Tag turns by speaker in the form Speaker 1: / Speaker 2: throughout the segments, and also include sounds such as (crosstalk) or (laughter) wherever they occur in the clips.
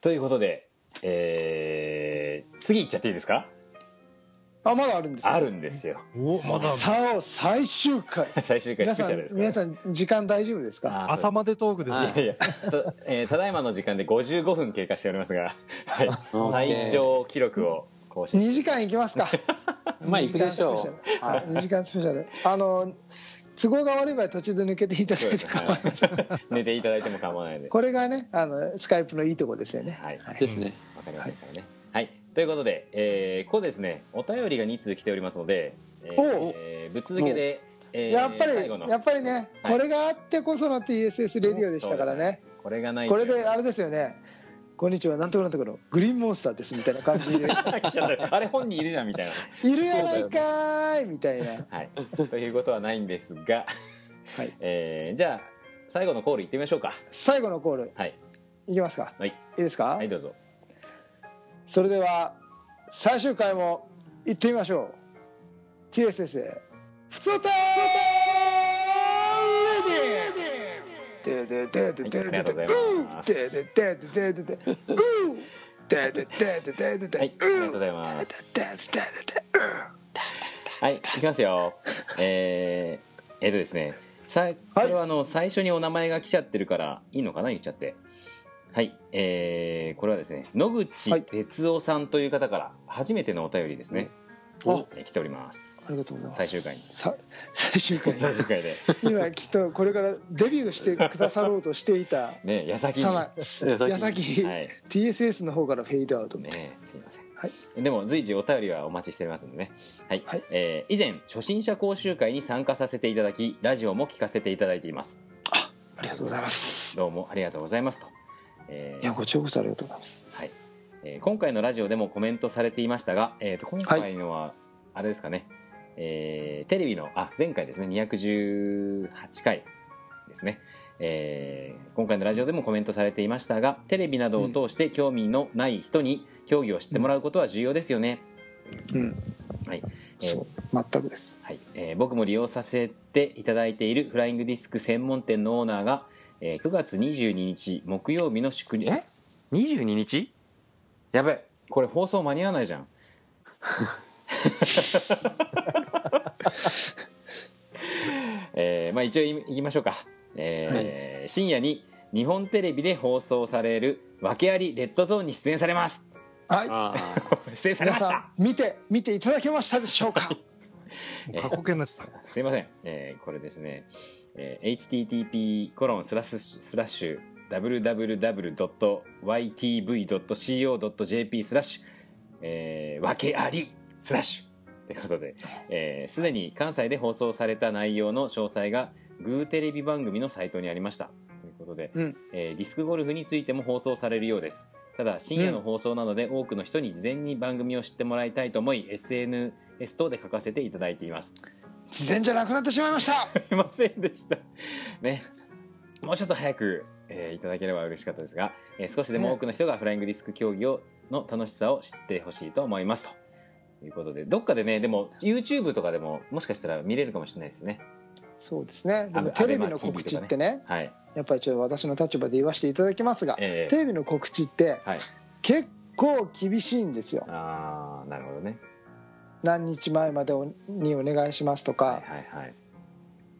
Speaker 1: ということで、えー、次行っちゃっていいですか
Speaker 2: あまだあるんですよ
Speaker 1: あるんです
Speaker 2: (laughs)
Speaker 1: よ。
Speaker 3: おまだ
Speaker 2: さあ最終
Speaker 1: (laughs)
Speaker 2: 回
Speaker 1: 最終回
Speaker 2: 皆
Speaker 1: スペ
Speaker 2: さ
Speaker 1: シャルで
Speaker 2: ん
Speaker 1: すから。
Speaker 2: 皆さん時間大丈夫ですか
Speaker 1: あー
Speaker 3: 朝までトークです
Speaker 1: あ
Speaker 3: ね
Speaker 1: いやいやた,、えーただいまの時間で55分経過しておりますが、はい、
Speaker 4: OK
Speaker 1: 最長記録を更新
Speaker 2: 2時間いきます
Speaker 1: (laughs)
Speaker 2: か
Speaker 4: まあ行くでしょう
Speaker 2: 2時間スペシャルはい2時間スペシャルあの都合が悪い場合途中で抜けていただ
Speaker 1: そう
Speaker 2: い
Speaker 1: で
Speaker 2: て
Speaker 1: す
Speaker 2: 構わ
Speaker 1: ね
Speaker 2: ない
Speaker 1: 寝ていただいても構わないので
Speaker 2: (laughs) これがねあのスカイプのいいとこですよね
Speaker 1: はいわ
Speaker 4: ですね。
Speaker 1: かりませんからねはい、ということで、えーここですねお便りが2通来ておりますので、えー
Speaker 2: おう
Speaker 1: えーぶっ続けで、えー
Speaker 2: やっぱ
Speaker 1: 最後の
Speaker 2: りやっぱりね
Speaker 1: はい
Speaker 2: これがあってこその TSS レディオでしたからね
Speaker 1: これがない
Speaker 2: これであれですよね「こんにちはなんとかなんとかのグリーンモンスターです」みたいな感
Speaker 1: (laughs)
Speaker 2: じ
Speaker 1: (laughs)
Speaker 2: で
Speaker 1: 来ちゃったあれ本人いるじゃんみたい
Speaker 2: 「いるやないかーい」みたいな
Speaker 1: な、
Speaker 2: (laughs)
Speaker 1: はい、ということはないんですが、
Speaker 2: はい
Speaker 1: (laughs) えーじゃあ最後のコールいってみましょうか
Speaker 2: 最後のコール
Speaker 1: はい
Speaker 2: いきますか
Speaker 1: はい
Speaker 2: いいですか
Speaker 1: はいどうぞ
Speaker 2: それでは最終回も行ってみましょう TSS ふつおたレディーでででででででででででででででででででで
Speaker 1: はいありがとうございますはい、いきますよ。えー、えーとですね、さ、これはあの、最初にお名前が来ちゃってるから、いいのかな言っちゃって。はい、えー、これはですね、野
Speaker 2: は
Speaker 1: 口
Speaker 2: い
Speaker 1: 哲夫さんという方から、初めてのお便りですね。
Speaker 2: あ
Speaker 1: えー来ております。
Speaker 2: ありがとうございま
Speaker 1: 最
Speaker 2: す
Speaker 1: 終回に。
Speaker 2: さ最終回
Speaker 1: 最終回で。
Speaker 2: 今きっとこれからデビューしてくださろうとしていた
Speaker 1: ね、矢
Speaker 2: (laughs)
Speaker 1: 先に。
Speaker 2: さな
Speaker 1: は
Speaker 2: 矢先
Speaker 1: い。
Speaker 2: TSS の方からフェードアウト
Speaker 1: ねすいません、
Speaker 2: は
Speaker 1: でも随時お便りはお待ちしておりますのでね、はい
Speaker 2: はい
Speaker 1: えー以前初心者講習会に参加させていただきラジオも聞かせていただいています
Speaker 2: ありがとうございます
Speaker 1: どうもありがとうございますと、え
Speaker 2: い
Speaker 1: ー
Speaker 2: やごちそうさまありがとうございます
Speaker 1: はいえー今回のラジオでもコメントされていましたが、えー、と今回のはあれですかね、えーテレビのあ前回ですね218回ですね、えー今回のラジオでもコメントされていましたがテレビなどを通して興味のない人に競技を知ってもらうことは重要ですよね、
Speaker 2: うん
Speaker 1: はい、えー
Speaker 2: そう、全くです。
Speaker 1: はいえー僕も利用させていただいているフライングディスク専門店のオーナーが、えー9月22日木曜日の祝日え
Speaker 4: 22日
Speaker 1: やばいこれ放送間に合わないじゃんえーまあ一応いいきましょうか、えー深夜に日本テレビで放送される「訳ありレッドゾーン」に出演されます (laughs)
Speaker 2: はい、
Speaker 4: あ
Speaker 1: 出演され
Speaker 2: 皆
Speaker 1: ました
Speaker 2: さん、見て、見ていただけましたでしょ
Speaker 1: (laughs)
Speaker 2: うか。
Speaker 1: えー
Speaker 3: 過去形になってた
Speaker 1: (laughs) すいません、えーこれですね、えー http コロンスラススラッシュ www.ytv.co.jp スラッシュ、えー、わけありスラッシュということで、えーすでに関西で放送された内容の詳細がグーテレビ番組のサイトにありましたということで、
Speaker 2: うん
Speaker 1: えーディスクゴルフについても放送されるようですただ深夜の放送なので、多くの人に事前に番組を知ってもらいたいと思い SNS 等で書かせていただいています
Speaker 2: 事前じゃなくなってしまいました。
Speaker 1: すいませんでした。ね。もうちょっと早く、えーいただければ嬉しかったですが、えー少しでも多くの人がフライングディスク競技を、の楽しさを知ってほしいと思います。ということで、どっかでね、でも YouTube とかでももしかしたら見れるかもしれないですね。
Speaker 2: そうですね。で
Speaker 1: あ
Speaker 2: も
Speaker 1: の
Speaker 2: テレビの告知ってね、
Speaker 1: はい。
Speaker 2: やっぱりちょっと私の立場で言わせていただきますが、
Speaker 1: え
Speaker 2: テ
Speaker 1: ー
Speaker 2: レビの告知って
Speaker 1: はい。
Speaker 2: 結構厳しいんですよ。
Speaker 1: あー、なるほどね。
Speaker 2: 何日前までおにお願いしますと
Speaker 1: は
Speaker 2: か、
Speaker 1: いはいはい。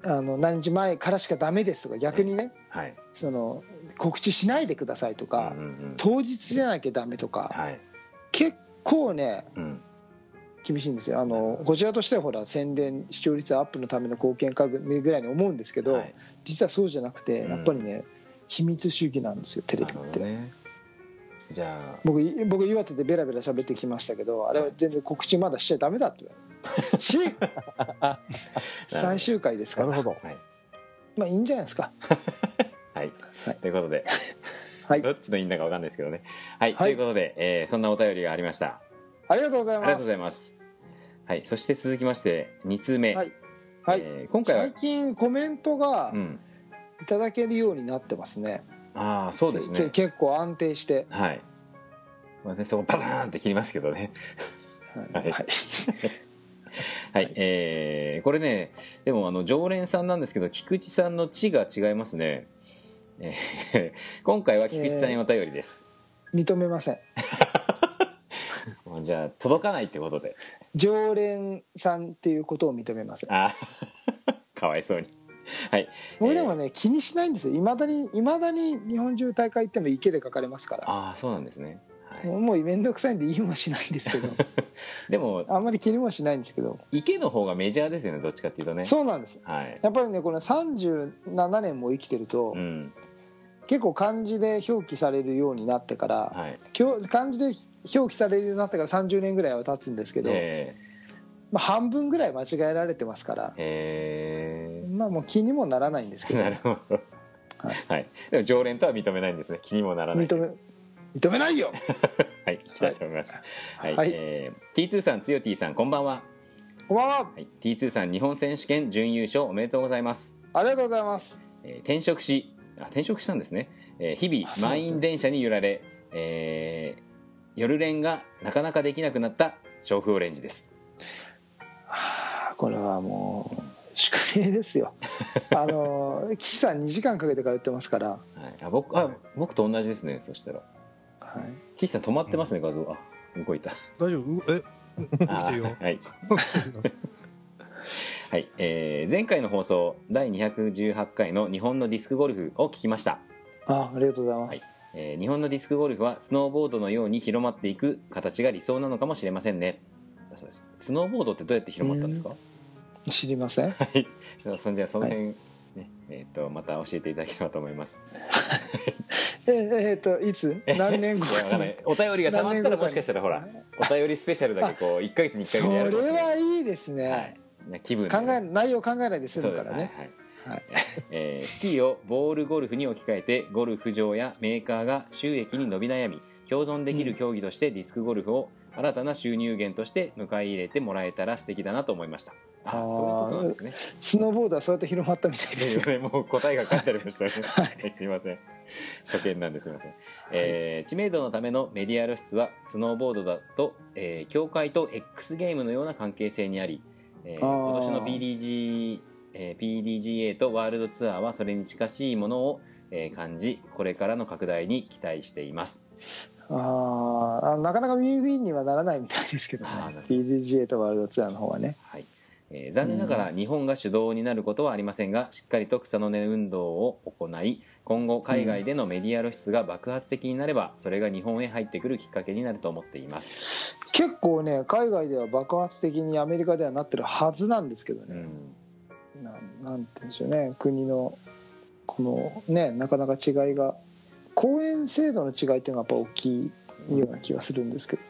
Speaker 2: あの何日前からしかダメですとか、逆にね、
Speaker 1: はい。
Speaker 2: その告知しないでくださいとか
Speaker 1: うん、うんうん、
Speaker 2: 当日じゃなきゃダメとか、
Speaker 1: はい。
Speaker 2: 結構ね、
Speaker 1: うん。
Speaker 2: 厳しいんですよあのこちらとしてはほら宣伝視聴率アップのための貢献かぐぐらいに思うんですけど、
Speaker 1: はい、
Speaker 2: 実はそうじゃなくて
Speaker 1: うん
Speaker 2: やっぱりね、秘密主義なんですよテレ
Speaker 1: な
Speaker 2: ビ
Speaker 1: る
Speaker 2: っ
Speaker 1: ほ
Speaker 2: て、
Speaker 1: どね。じゃあ、
Speaker 2: 僕い僕岩手でベラベラ喋ってきましたけどあれは全然告知まだしちゃダメだって言われ
Speaker 1: (laughs)
Speaker 2: てし最終回ですか
Speaker 3: なる
Speaker 2: ら
Speaker 3: ほど
Speaker 1: はい。
Speaker 2: まあいいんじゃないですか
Speaker 1: はい
Speaker 2: はい。
Speaker 1: ということで、
Speaker 2: は
Speaker 1: (laughs)
Speaker 2: い
Speaker 1: どっちのいいんだかわかんないですけどね。はい。
Speaker 2: はい
Speaker 1: ということで、えーそんなお便りがありました。
Speaker 2: ありがとうござい
Speaker 1: ありが
Speaker 2: ま
Speaker 1: とうご
Speaker 2: す
Speaker 1: ざいます。はい。そして続きまして、2通目。
Speaker 2: はいはい、
Speaker 1: えー今回は
Speaker 2: 最、近コメントが
Speaker 1: うん。
Speaker 2: いただけるようになってますね,、
Speaker 1: ああ、そうです
Speaker 2: け
Speaker 1: ね。
Speaker 2: 結構安定して、
Speaker 1: はい。まあね、そこバサーンって切りますけどね。 (laughs)
Speaker 2: は
Speaker 1: はい
Speaker 2: い、はい
Speaker 1: はい。えーこれね、でもあの、常連さんなんですけど、菊池さん (laughs) の地が違いますね。えー今回は菊池さんにお便りです。
Speaker 2: 認めません
Speaker 1: もうじゃあ届かないってことで
Speaker 2: 常連さんっていうことを認めません
Speaker 1: あー (laughs) かわいそうにはい
Speaker 2: 僕でもね、気にしないんですよいまだにいまだに日本中大会行っても池で書かれますから
Speaker 1: ああそうなんですね、はい、
Speaker 2: もう面倒くさいんで言いもしないんです
Speaker 1: (laughs)
Speaker 2: けど
Speaker 1: でも
Speaker 2: あんまり気にもしないんですけど
Speaker 1: 池の方がメジャーですよねどっちかっていうとね
Speaker 2: そうなんです
Speaker 1: はい、
Speaker 2: やっぱりねこの37年も生きてると、
Speaker 1: うん
Speaker 2: 結構漢字で表記されるようになってから、
Speaker 1: はい
Speaker 2: 今日漢字で表記されるようになってから30年ぐらいは経つんですけど、
Speaker 1: え
Speaker 2: まあ、半分ぐらい間違えられてますから
Speaker 1: ー、え
Speaker 2: まあもう気にもならないんですけ
Speaker 1: ー、 (laughs)
Speaker 2: ど
Speaker 1: なるほど
Speaker 2: はい
Speaker 1: はい、でも常連とは認めないんですね気にもならない
Speaker 2: 認め認めないよ
Speaker 1: はい、行きたいと思います。はい、
Speaker 2: はい
Speaker 1: えー T2 さん、つよ T さん、こんばんは。
Speaker 2: こんばんは
Speaker 1: はい、T2 さん、日本選手権準優勝おめでとうございます。
Speaker 2: ありがとうございます
Speaker 1: えー転職し、あ、転職したんですね。えー日
Speaker 2: あ
Speaker 1: 々、
Speaker 2: そうなん
Speaker 1: 満
Speaker 2: ですね
Speaker 1: 員電車に揺られ、えー夜練がなかなかできなくなった調布オレンジです。
Speaker 2: はあこれはもう宿命で
Speaker 1: (laughs)
Speaker 2: すよあの岸さん2時間かけて通ってますから、
Speaker 1: はい、あ、僕、あ、僕と同じですね、そしたら。
Speaker 2: はい、
Speaker 1: 岸さん止まってますね、画像。あ、動いた。
Speaker 3: 大丈夫うえ
Speaker 1: あ
Speaker 3: 見てよ
Speaker 1: ー (laughs) はい。はい、えー前回の放送、第218回の日本のディスクゴルフを聞きました。
Speaker 2: あありがとうございます、
Speaker 1: えー日本のディスクゴルフはスノーボードのように広まっていく形が理想なのかもしれませんねだそうですスノーボードってどうやって広まったんですか
Speaker 2: 知りませ
Speaker 1: (laughs)
Speaker 2: ん
Speaker 1: そんじゃあその辺、ねえー、とまた教えていただければと思います
Speaker 2: ええっといつ何年後
Speaker 1: (laughs) いやわかんないお便りがたまったらもしかしたらほらお便りスペシャルだけこう1か月に1
Speaker 2: そ
Speaker 1: 回ぐらいや
Speaker 2: れ
Speaker 1: るかもしれない
Speaker 2: はいいですね、
Speaker 1: はいね気分で
Speaker 2: 考え内容考えないで済
Speaker 1: そう
Speaker 2: む
Speaker 1: で
Speaker 2: か
Speaker 1: す
Speaker 2: らね
Speaker 1: はい
Speaker 2: はい、
Speaker 1: えースキーをボールゴルフに置き換えてゴルフ場やメーカーが収益に伸び悩み共存できる競技としてディスクゴルフを新たな収入源として迎え入れてもらえたら素敵だなと思いましたあ
Speaker 2: あー
Speaker 1: そういうことなんですね
Speaker 2: スノーボードはそうやって広まったみたいです、
Speaker 1: ねもう答えが書いてありましたね、はい、すいません初見なんですいません、えー知名度のためのメディア露出はスノーボードだと、えー協会と X ゲームのような関係性にあり、えー
Speaker 2: あー
Speaker 1: 今年の PDG、えー PDGA とワールドツアーはそれに近しいものを、えー感じこれからの拡大に期待しています
Speaker 2: あーあなかなかウィンウィンにはならないみたいですけどね (laughs)
Speaker 1: あーなるほ
Speaker 2: PDGA とワールドツアーの方はね
Speaker 1: はいえー残念ながら日本が主導になることはありませんがしっかりと草の根運動を行い今後海外でのメディア露出が爆発的になればそれが日本へ入ってくるきっかけになると思っています、
Speaker 2: 結構ね海外では爆発的にアメリカではなってるはずなんですけど
Speaker 1: う
Speaker 2: ね、
Speaker 1: ん、
Speaker 2: なん、なんて言うんでしょうね国のこのねなかなか違いが公演制度の違いっていうのがやっぱ大きいような気がするんですけど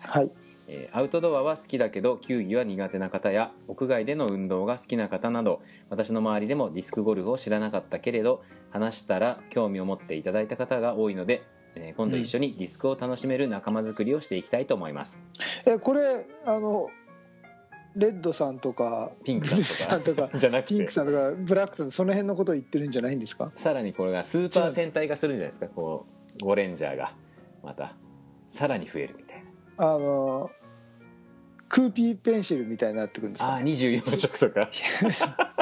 Speaker 2: はい
Speaker 1: えーアウトドアは好きだけど球技は苦手な方や屋外での運動が好きな方など私の周りでもディスクゴルフを知らなかったけれど話したら興味を持っていただいた方が多いので、えー今度一緒にディスクを楽しめる仲間づくりをしていきたいと思います、
Speaker 2: えこれあのレッドさんとか
Speaker 1: ピンク
Speaker 2: ブルー
Speaker 1: さ
Speaker 2: さ
Speaker 1: ん
Speaker 2: ん
Speaker 1: と
Speaker 2: と
Speaker 1: か (laughs)
Speaker 2: か
Speaker 1: じゃなく
Speaker 2: ピン
Speaker 1: て
Speaker 2: クさんとかブラックさんその辺のことを言ってるんじゃないんですか
Speaker 1: さらにこれがスーパー戦隊化するんじゃないですかこうゴレンジャーがまたさらに増えるみたいな
Speaker 2: あのクーピーペンシルみたいになってくるんです
Speaker 1: あ
Speaker 2: か
Speaker 1: あ24色とか
Speaker 2: (laughs)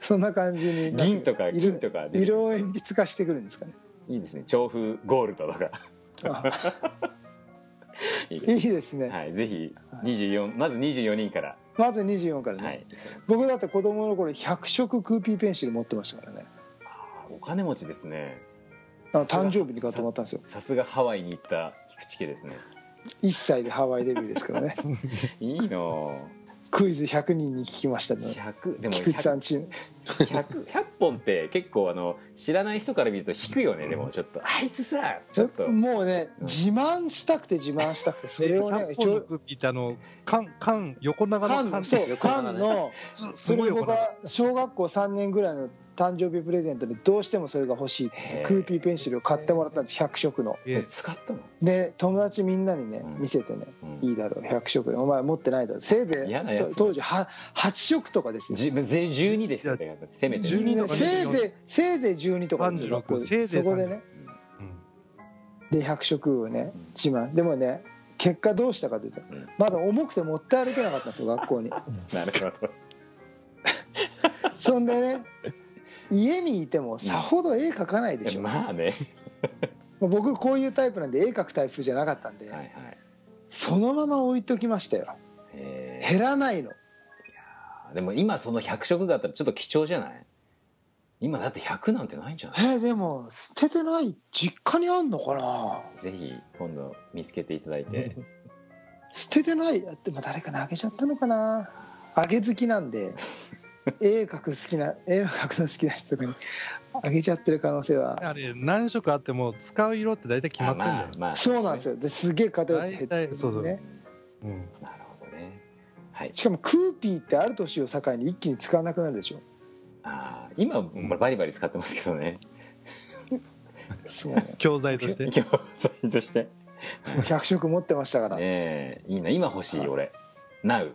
Speaker 2: そんな感じ (laughs) になって
Speaker 1: 銀とか
Speaker 2: 色
Speaker 1: 金とか出てくる
Speaker 2: 色を鉛筆化してくるんですかね
Speaker 1: いいですね調布ゴールドとか
Speaker 2: あ
Speaker 1: いいで
Speaker 2: い
Speaker 1: す
Speaker 2: いですね、
Speaker 1: はいぜひ24まず24人から
Speaker 2: まず24からね、
Speaker 1: はい
Speaker 2: 僕だって子供の頃100色クーピーペンシル持ってましたからね
Speaker 1: あーお金持ちですね
Speaker 2: あの誕生日に買ってもらったんですよ
Speaker 1: さすがハワイに行った菊池家ですね
Speaker 2: 1歳でハワイデビューですから
Speaker 1: (laughs)
Speaker 2: ね
Speaker 1: いいなぁ
Speaker 2: クイズ100人に聞きましたね
Speaker 1: 100でも
Speaker 2: 菊池さ
Speaker 1: 100,
Speaker 2: んチーム
Speaker 1: 100, 100本って結構あの知らない人から見ると引くよねでもちょっとあいつさちょっと
Speaker 2: もうね、
Speaker 1: うん
Speaker 2: 自慢したくて自慢したくてそ
Speaker 3: で
Speaker 2: れをね
Speaker 3: 100本のクッキーってあの缶缶横長の
Speaker 2: 缶
Speaker 3: 缶
Speaker 2: のそう
Speaker 4: 横長
Speaker 2: 缶
Speaker 4: ね
Speaker 2: の
Speaker 3: す
Speaker 2: そ
Speaker 3: ご
Speaker 2: れ
Speaker 3: い横
Speaker 2: 僕
Speaker 3: 長
Speaker 2: は小学校3年ぐらいの誕生日プレゼントでどうしてもそれが欲しいって言っ
Speaker 1: へー
Speaker 2: てクーピーペンシルを買ってもらったんです100色の
Speaker 3: え
Speaker 1: 使ったの、
Speaker 2: で友達みんなにね
Speaker 1: うん
Speaker 2: 見せてね
Speaker 1: うん
Speaker 2: いいだろう100色お前持ってないだろせいぜ
Speaker 1: 嫌なや
Speaker 2: い
Speaker 1: つ
Speaker 2: と当時は8色とかですよ
Speaker 1: じぜ12ですよねせめてね
Speaker 3: 12とか
Speaker 2: せいぜいせいぜい12とかですよ
Speaker 3: 36
Speaker 2: 学校で
Speaker 3: せいぜい
Speaker 2: そこでね
Speaker 3: うん
Speaker 2: で100色をね
Speaker 1: うん
Speaker 2: 自慢でもね結果どうしたかというと
Speaker 1: うん
Speaker 2: まず重くて持って歩けなかったんですよ学校
Speaker 1: (laughs)
Speaker 2: に
Speaker 1: なるほど
Speaker 2: そんでね家にいてもさほど絵描かないでしょ
Speaker 1: まあね
Speaker 2: もう僕こういうタイプなんで絵描くタイプじゃなかったんで、
Speaker 1: はいはい
Speaker 2: そのまま置いときましたよ
Speaker 1: え
Speaker 2: 減らないの
Speaker 1: ーでも今その100色があったらちょっと貴重じゃない今だって100なんてないんじゃない
Speaker 2: えーでも捨ててない実家にあんのかな
Speaker 1: ぜひ今度見つけていただいて
Speaker 2: 捨ててないでも誰かにあげちゃったのかなあげ好きなんで絵描く好きな絵の描くの好きな人とかにあげちゃってる可能性は
Speaker 3: あれ、何色あっても使う色って大体 (laughs) 決ま
Speaker 1: あ
Speaker 3: ってんだ
Speaker 1: ま
Speaker 3: よ
Speaker 1: あ。まあ
Speaker 2: そうなんですよですげえ偏って減って
Speaker 3: 大体そうそう
Speaker 2: ね
Speaker 3: うん
Speaker 1: なるほどねはい
Speaker 2: しかもクーピーってある年を境に一気に使わなくなるでしょ
Speaker 1: あー今バリバリ使ってますけどね
Speaker 2: そうも
Speaker 3: 教材として。
Speaker 1: (laughs) 教材として
Speaker 2: う100色持ってましたから、
Speaker 1: ええいいな今欲しい俺 Now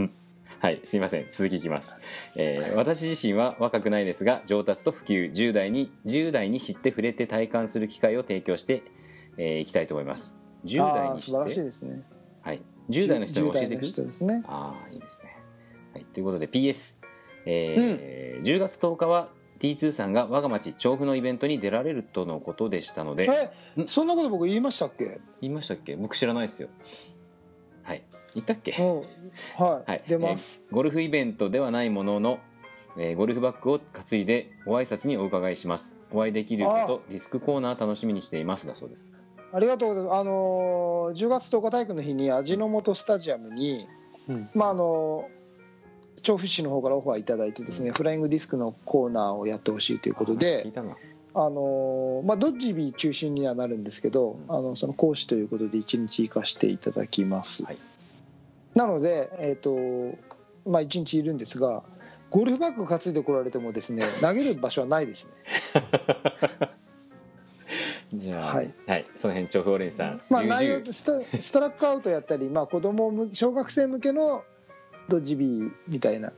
Speaker 1: (laughs) はいすいません続きいきます、えー私自身は若くないですが上達と普及10代に10代に知って触れて体感する機会を提供してえーい、きたいと思います10代
Speaker 2: ああ
Speaker 1: に知
Speaker 2: 素晴ら
Speaker 1: っ
Speaker 2: しい
Speaker 1: て、
Speaker 2: ですね
Speaker 1: はい、10代の人に教えてい
Speaker 2: 10代の
Speaker 1: く
Speaker 2: 人ですね
Speaker 1: ああいいですね、はい、ということで PS、えー10月10日は T2 さんが我が町調布のイベントに出られるとのことでしたので
Speaker 2: えそんなこと僕言いましたっけ
Speaker 1: 言いましたっけ僕知らないですよはい言ったっけ
Speaker 2: うんはい、
Speaker 1: はい
Speaker 2: 出ます、
Speaker 1: ゴルフイベントではないものの、えーゴルフバッグを担いでご挨拶にお伺いしますお会いできることディスクコーナー楽しみにしていますだそうです
Speaker 2: ありがとうございますあのー10月10日体育の日に味の素スタジアムに、
Speaker 3: うん
Speaker 2: まああのー調布市の方からオファーいただいてですね、フライングディスクのコーナーをやってほしいということで
Speaker 1: 聞いたな
Speaker 2: あのーまあ、ドッジビー中心にはなるんですけど、
Speaker 1: うん
Speaker 2: あのその講師ということで1日行かしていただきます、
Speaker 1: はい
Speaker 2: なので、えーとまあ、1日いるんですがゴルフバッグ担いでこられてもですね投げる場所はないですね、
Speaker 1: じゃあは
Speaker 2: はいい、
Speaker 1: その辺調布オレンジさん、
Speaker 2: まあ、
Speaker 1: 重々
Speaker 2: 内容とストストラックアウトやったり、まあ、子供向小学生向けのドッジビーみたいな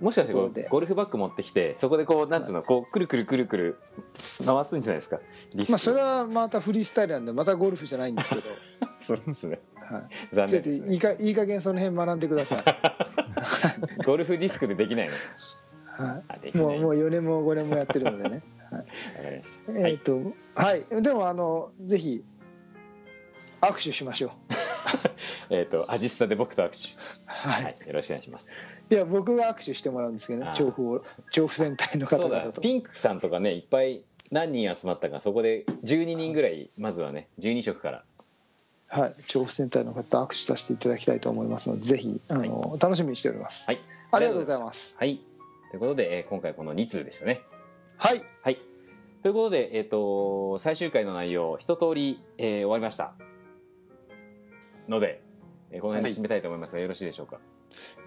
Speaker 1: もしかしてこと
Speaker 2: こ
Speaker 1: う
Speaker 2: ろで
Speaker 1: ゴルフバッグ持ってきてそこでこうなんつうのこうくるくるくるくる回すんじゃないですかリスク
Speaker 2: まあ、それはまたフリースタイルなんでまたゴルフじゃないんですけ
Speaker 1: (laughs)
Speaker 2: ど、
Speaker 1: そうですね
Speaker 2: は
Speaker 1: 残
Speaker 2: い、ち
Speaker 1: 念
Speaker 2: ょ
Speaker 1: で
Speaker 2: っと
Speaker 1: す
Speaker 2: い
Speaker 1: ね
Speaker 2: いかいい加減その辺学んでくださ
Speaker 1: (laughs)
Speaker 2: い、
Speaker 1: ゴルフディスクでできないの
Speaker 2: は
Speaker 1: あでき
Speaker 2: い、
Speaker 1: な
Speaker 2: もう
Speaker 1: い
Speaker 2: もう4年も5年もやってるのでね
Speaker 1: わかりました (laughs) は
Speaker 2: えっ
Speaker 1: い
Speaker 2: とはい、でもあのぜひ握手しましょう
Speaker 1: えっとアジスタで僕と握手
Speaker 2: はい、
Speaker 1: はいよろしくお願いします
Speaker 2: いや僕が握手してもらうんですけど
Speaker 1: あ
Speaker 2: ね
Speaker 1: ー
Speaker 2: 調布を調布全体の方
Speaker 1: そう
Speaker 2: 々
Speaker 1: だ
Speaker 2: と
Speaker 1: ピンクさんとかねいっぱい何人集まったかそこで12人ぐらいまずはね12色から
Speaker 2: はい、調布全体の方と握手させていただきたいと思いますのでぜひあの、楽しみにしております、
Speaker 1: はい
Speaker 2: ありがとうございます
Speaker 1: はいということで、えー今回この2通でしたね
Speaker 2: はい
Speaker 1: はいということで、えっと最終回の内容一通り、えー終わりましたので、えーこの辺で締めたいと思いますが、よろしいでしょうか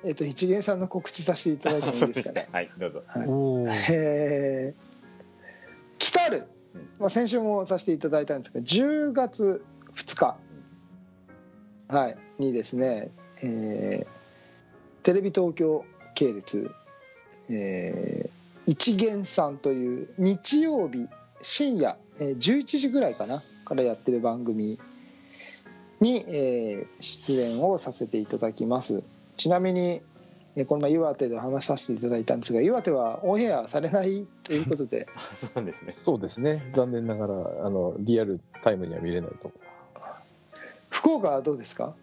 Speaker 2: えっ、と一元さんの告知させていただいても
Speaker 1: (laughs)
Speaker 2: (laughs) いいですかね
Speaker 1: はいどうぞ
Speaker 2: はい
Speaker 3: おお。
Speaker 2: えー来たる
Speaker 1: うん、
Speaker 2: まあ、先週もさせていただいたんですが10月2日、はい、にですね、えーテレビ東京系列、えー一元さんという日曜日深夜、えー11時ぐらいかなからやってる番組に、えー出演をさせていただきますちなみにえーこの前岩手で話させていただいたんですが岩手はオンエアされないということ
Speaker 4: (laughs)
Speaker 2: で
Speaker 1: あそうなんですね
Speaker 5: そうですね残念ながらあのリアルタイムには見れないと思う
Speaker 2: 福岡はどうですか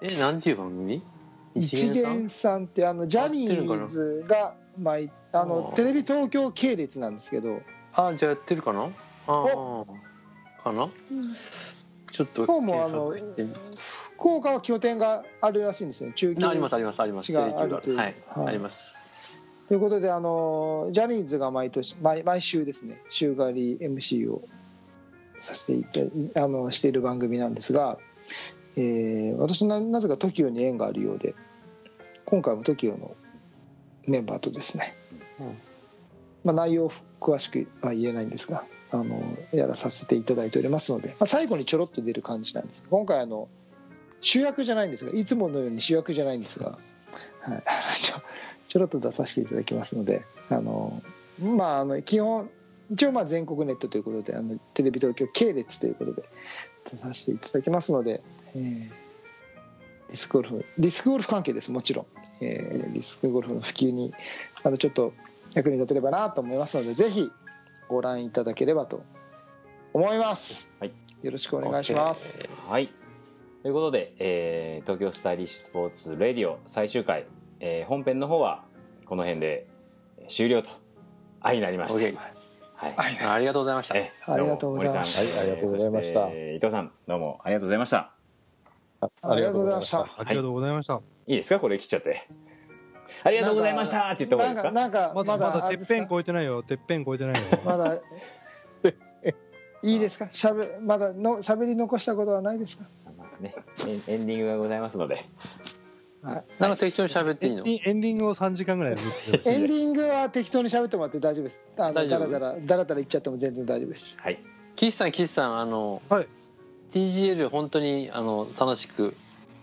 Speaker 4: え、なんていう番組
Speaker 2: 一元さんってあのジャニーズが毎あの
Speaker 4: あー
Speaker 2: テレビ東京系列なんですけど
Speaker 4: あ、じゃあやってるかなああ。かなちょっと
Speaker 2: どうもあ
Speaker 4: 検
Speaker 2: の
Speaker 4: 索してみ
Speaker 2: 福岡は拠点があるらしいんですよね中
Speaker 4: ああります
Speaker 2: 継
Speaker 4: ありますあります。
Speaker 2: 違うあるという
Speaker 4: はい。
Speaker 2: はい
Speaker 4: あります。
Speaker 2: ということであのジャニーズが毎年毎毎週ですね週替わり MC をさせていたあのしている番組なんですが、えー私ななぜか TOKIO に縁があるようで今回も TOKIO のメンバーとですね、
Speaker 4: うん
Speaker 2: まあ、内容を詳しくは言えないんですがあのやらさせていただいておりますので、まあ、最後にちょろっと出る感じなんです今回あの主役じゃないんですがいつものように主役じゃないんですが、はい、 (laughs) ちょちょろっと出させていただきますのであのまああの基本一応まあ全国ネットということであのテレビ東京系列ということで出させていただきますので、えーディスクゴルフディスクゴルフ関係ですもちろん、えーディスクゴルフの普及にあのちょっと役に立てればなと思いますのでぜひご覧いただければと思います、
Speaker 1: はい
Speaker 2: よろしくお願いします、。
Speaker 1: はい。ということで、えー東京スタイリッシュスポーツレディオ最終回、えー本編の方はこの辺で終了と愛になりました。
Speaker 4: OK
Speaker 1: はい。
Speaker 2: はいはい
Speaker 4: ありがとうございました。
Speaker 1: えー
Speaker 2: ありがとうございました
Speaker 1: ども森さん
Speaker 5: はいありがとうございました
Speaker 1: えーそて伊藤さん、どうもありがとうございました。
Speaker 5: あ
Speaker 2: ありがとうございました
Speaker 3: ありがとうございました。
Speaker 1: いいですかこれ切っちゃって。ありがとうございましたって言った方がいいですか
Speaker 2: なんかなんか
Speaker 3: ま
Speaker 2: ま
Speaker 3: だ
Speaker 2: だ
Speaker 3: まだ
Speaker 2: あ
Speaker 3: て
Speaker 2: れ
Speaker 3: っ
Speaker 2: です
Speaker 3: ぺん
Speaker 2: か
Speaker 3: 越えてないよ。てっぺん越えてないよ。
Speaker 2: まだいいですかしゃべまだのしゃべり残したことはないですか
Speaker 1: まあね、エンエンディングがございますので。
Speaker 4: なんか適当に喋っていいの
Speaker 3: エンエンディングを3時間ぐらいで見て
Speaker 2: エンディングは適当に喋ってもらって大丈夫ですあの
Speaker 4: 大
Speaker 2: だ
Speaker 4: 丈
Speaker 2: ら
Speaker 4: 夫
Speaker 2: だらだらだら言っちゃっても全然大丈夫です
Speaker 1: はい。
Speaker 4: 岸さん、岸さん、あの、
Speaker 3: はい
Speaker 4: TGL 本当にあの楽しく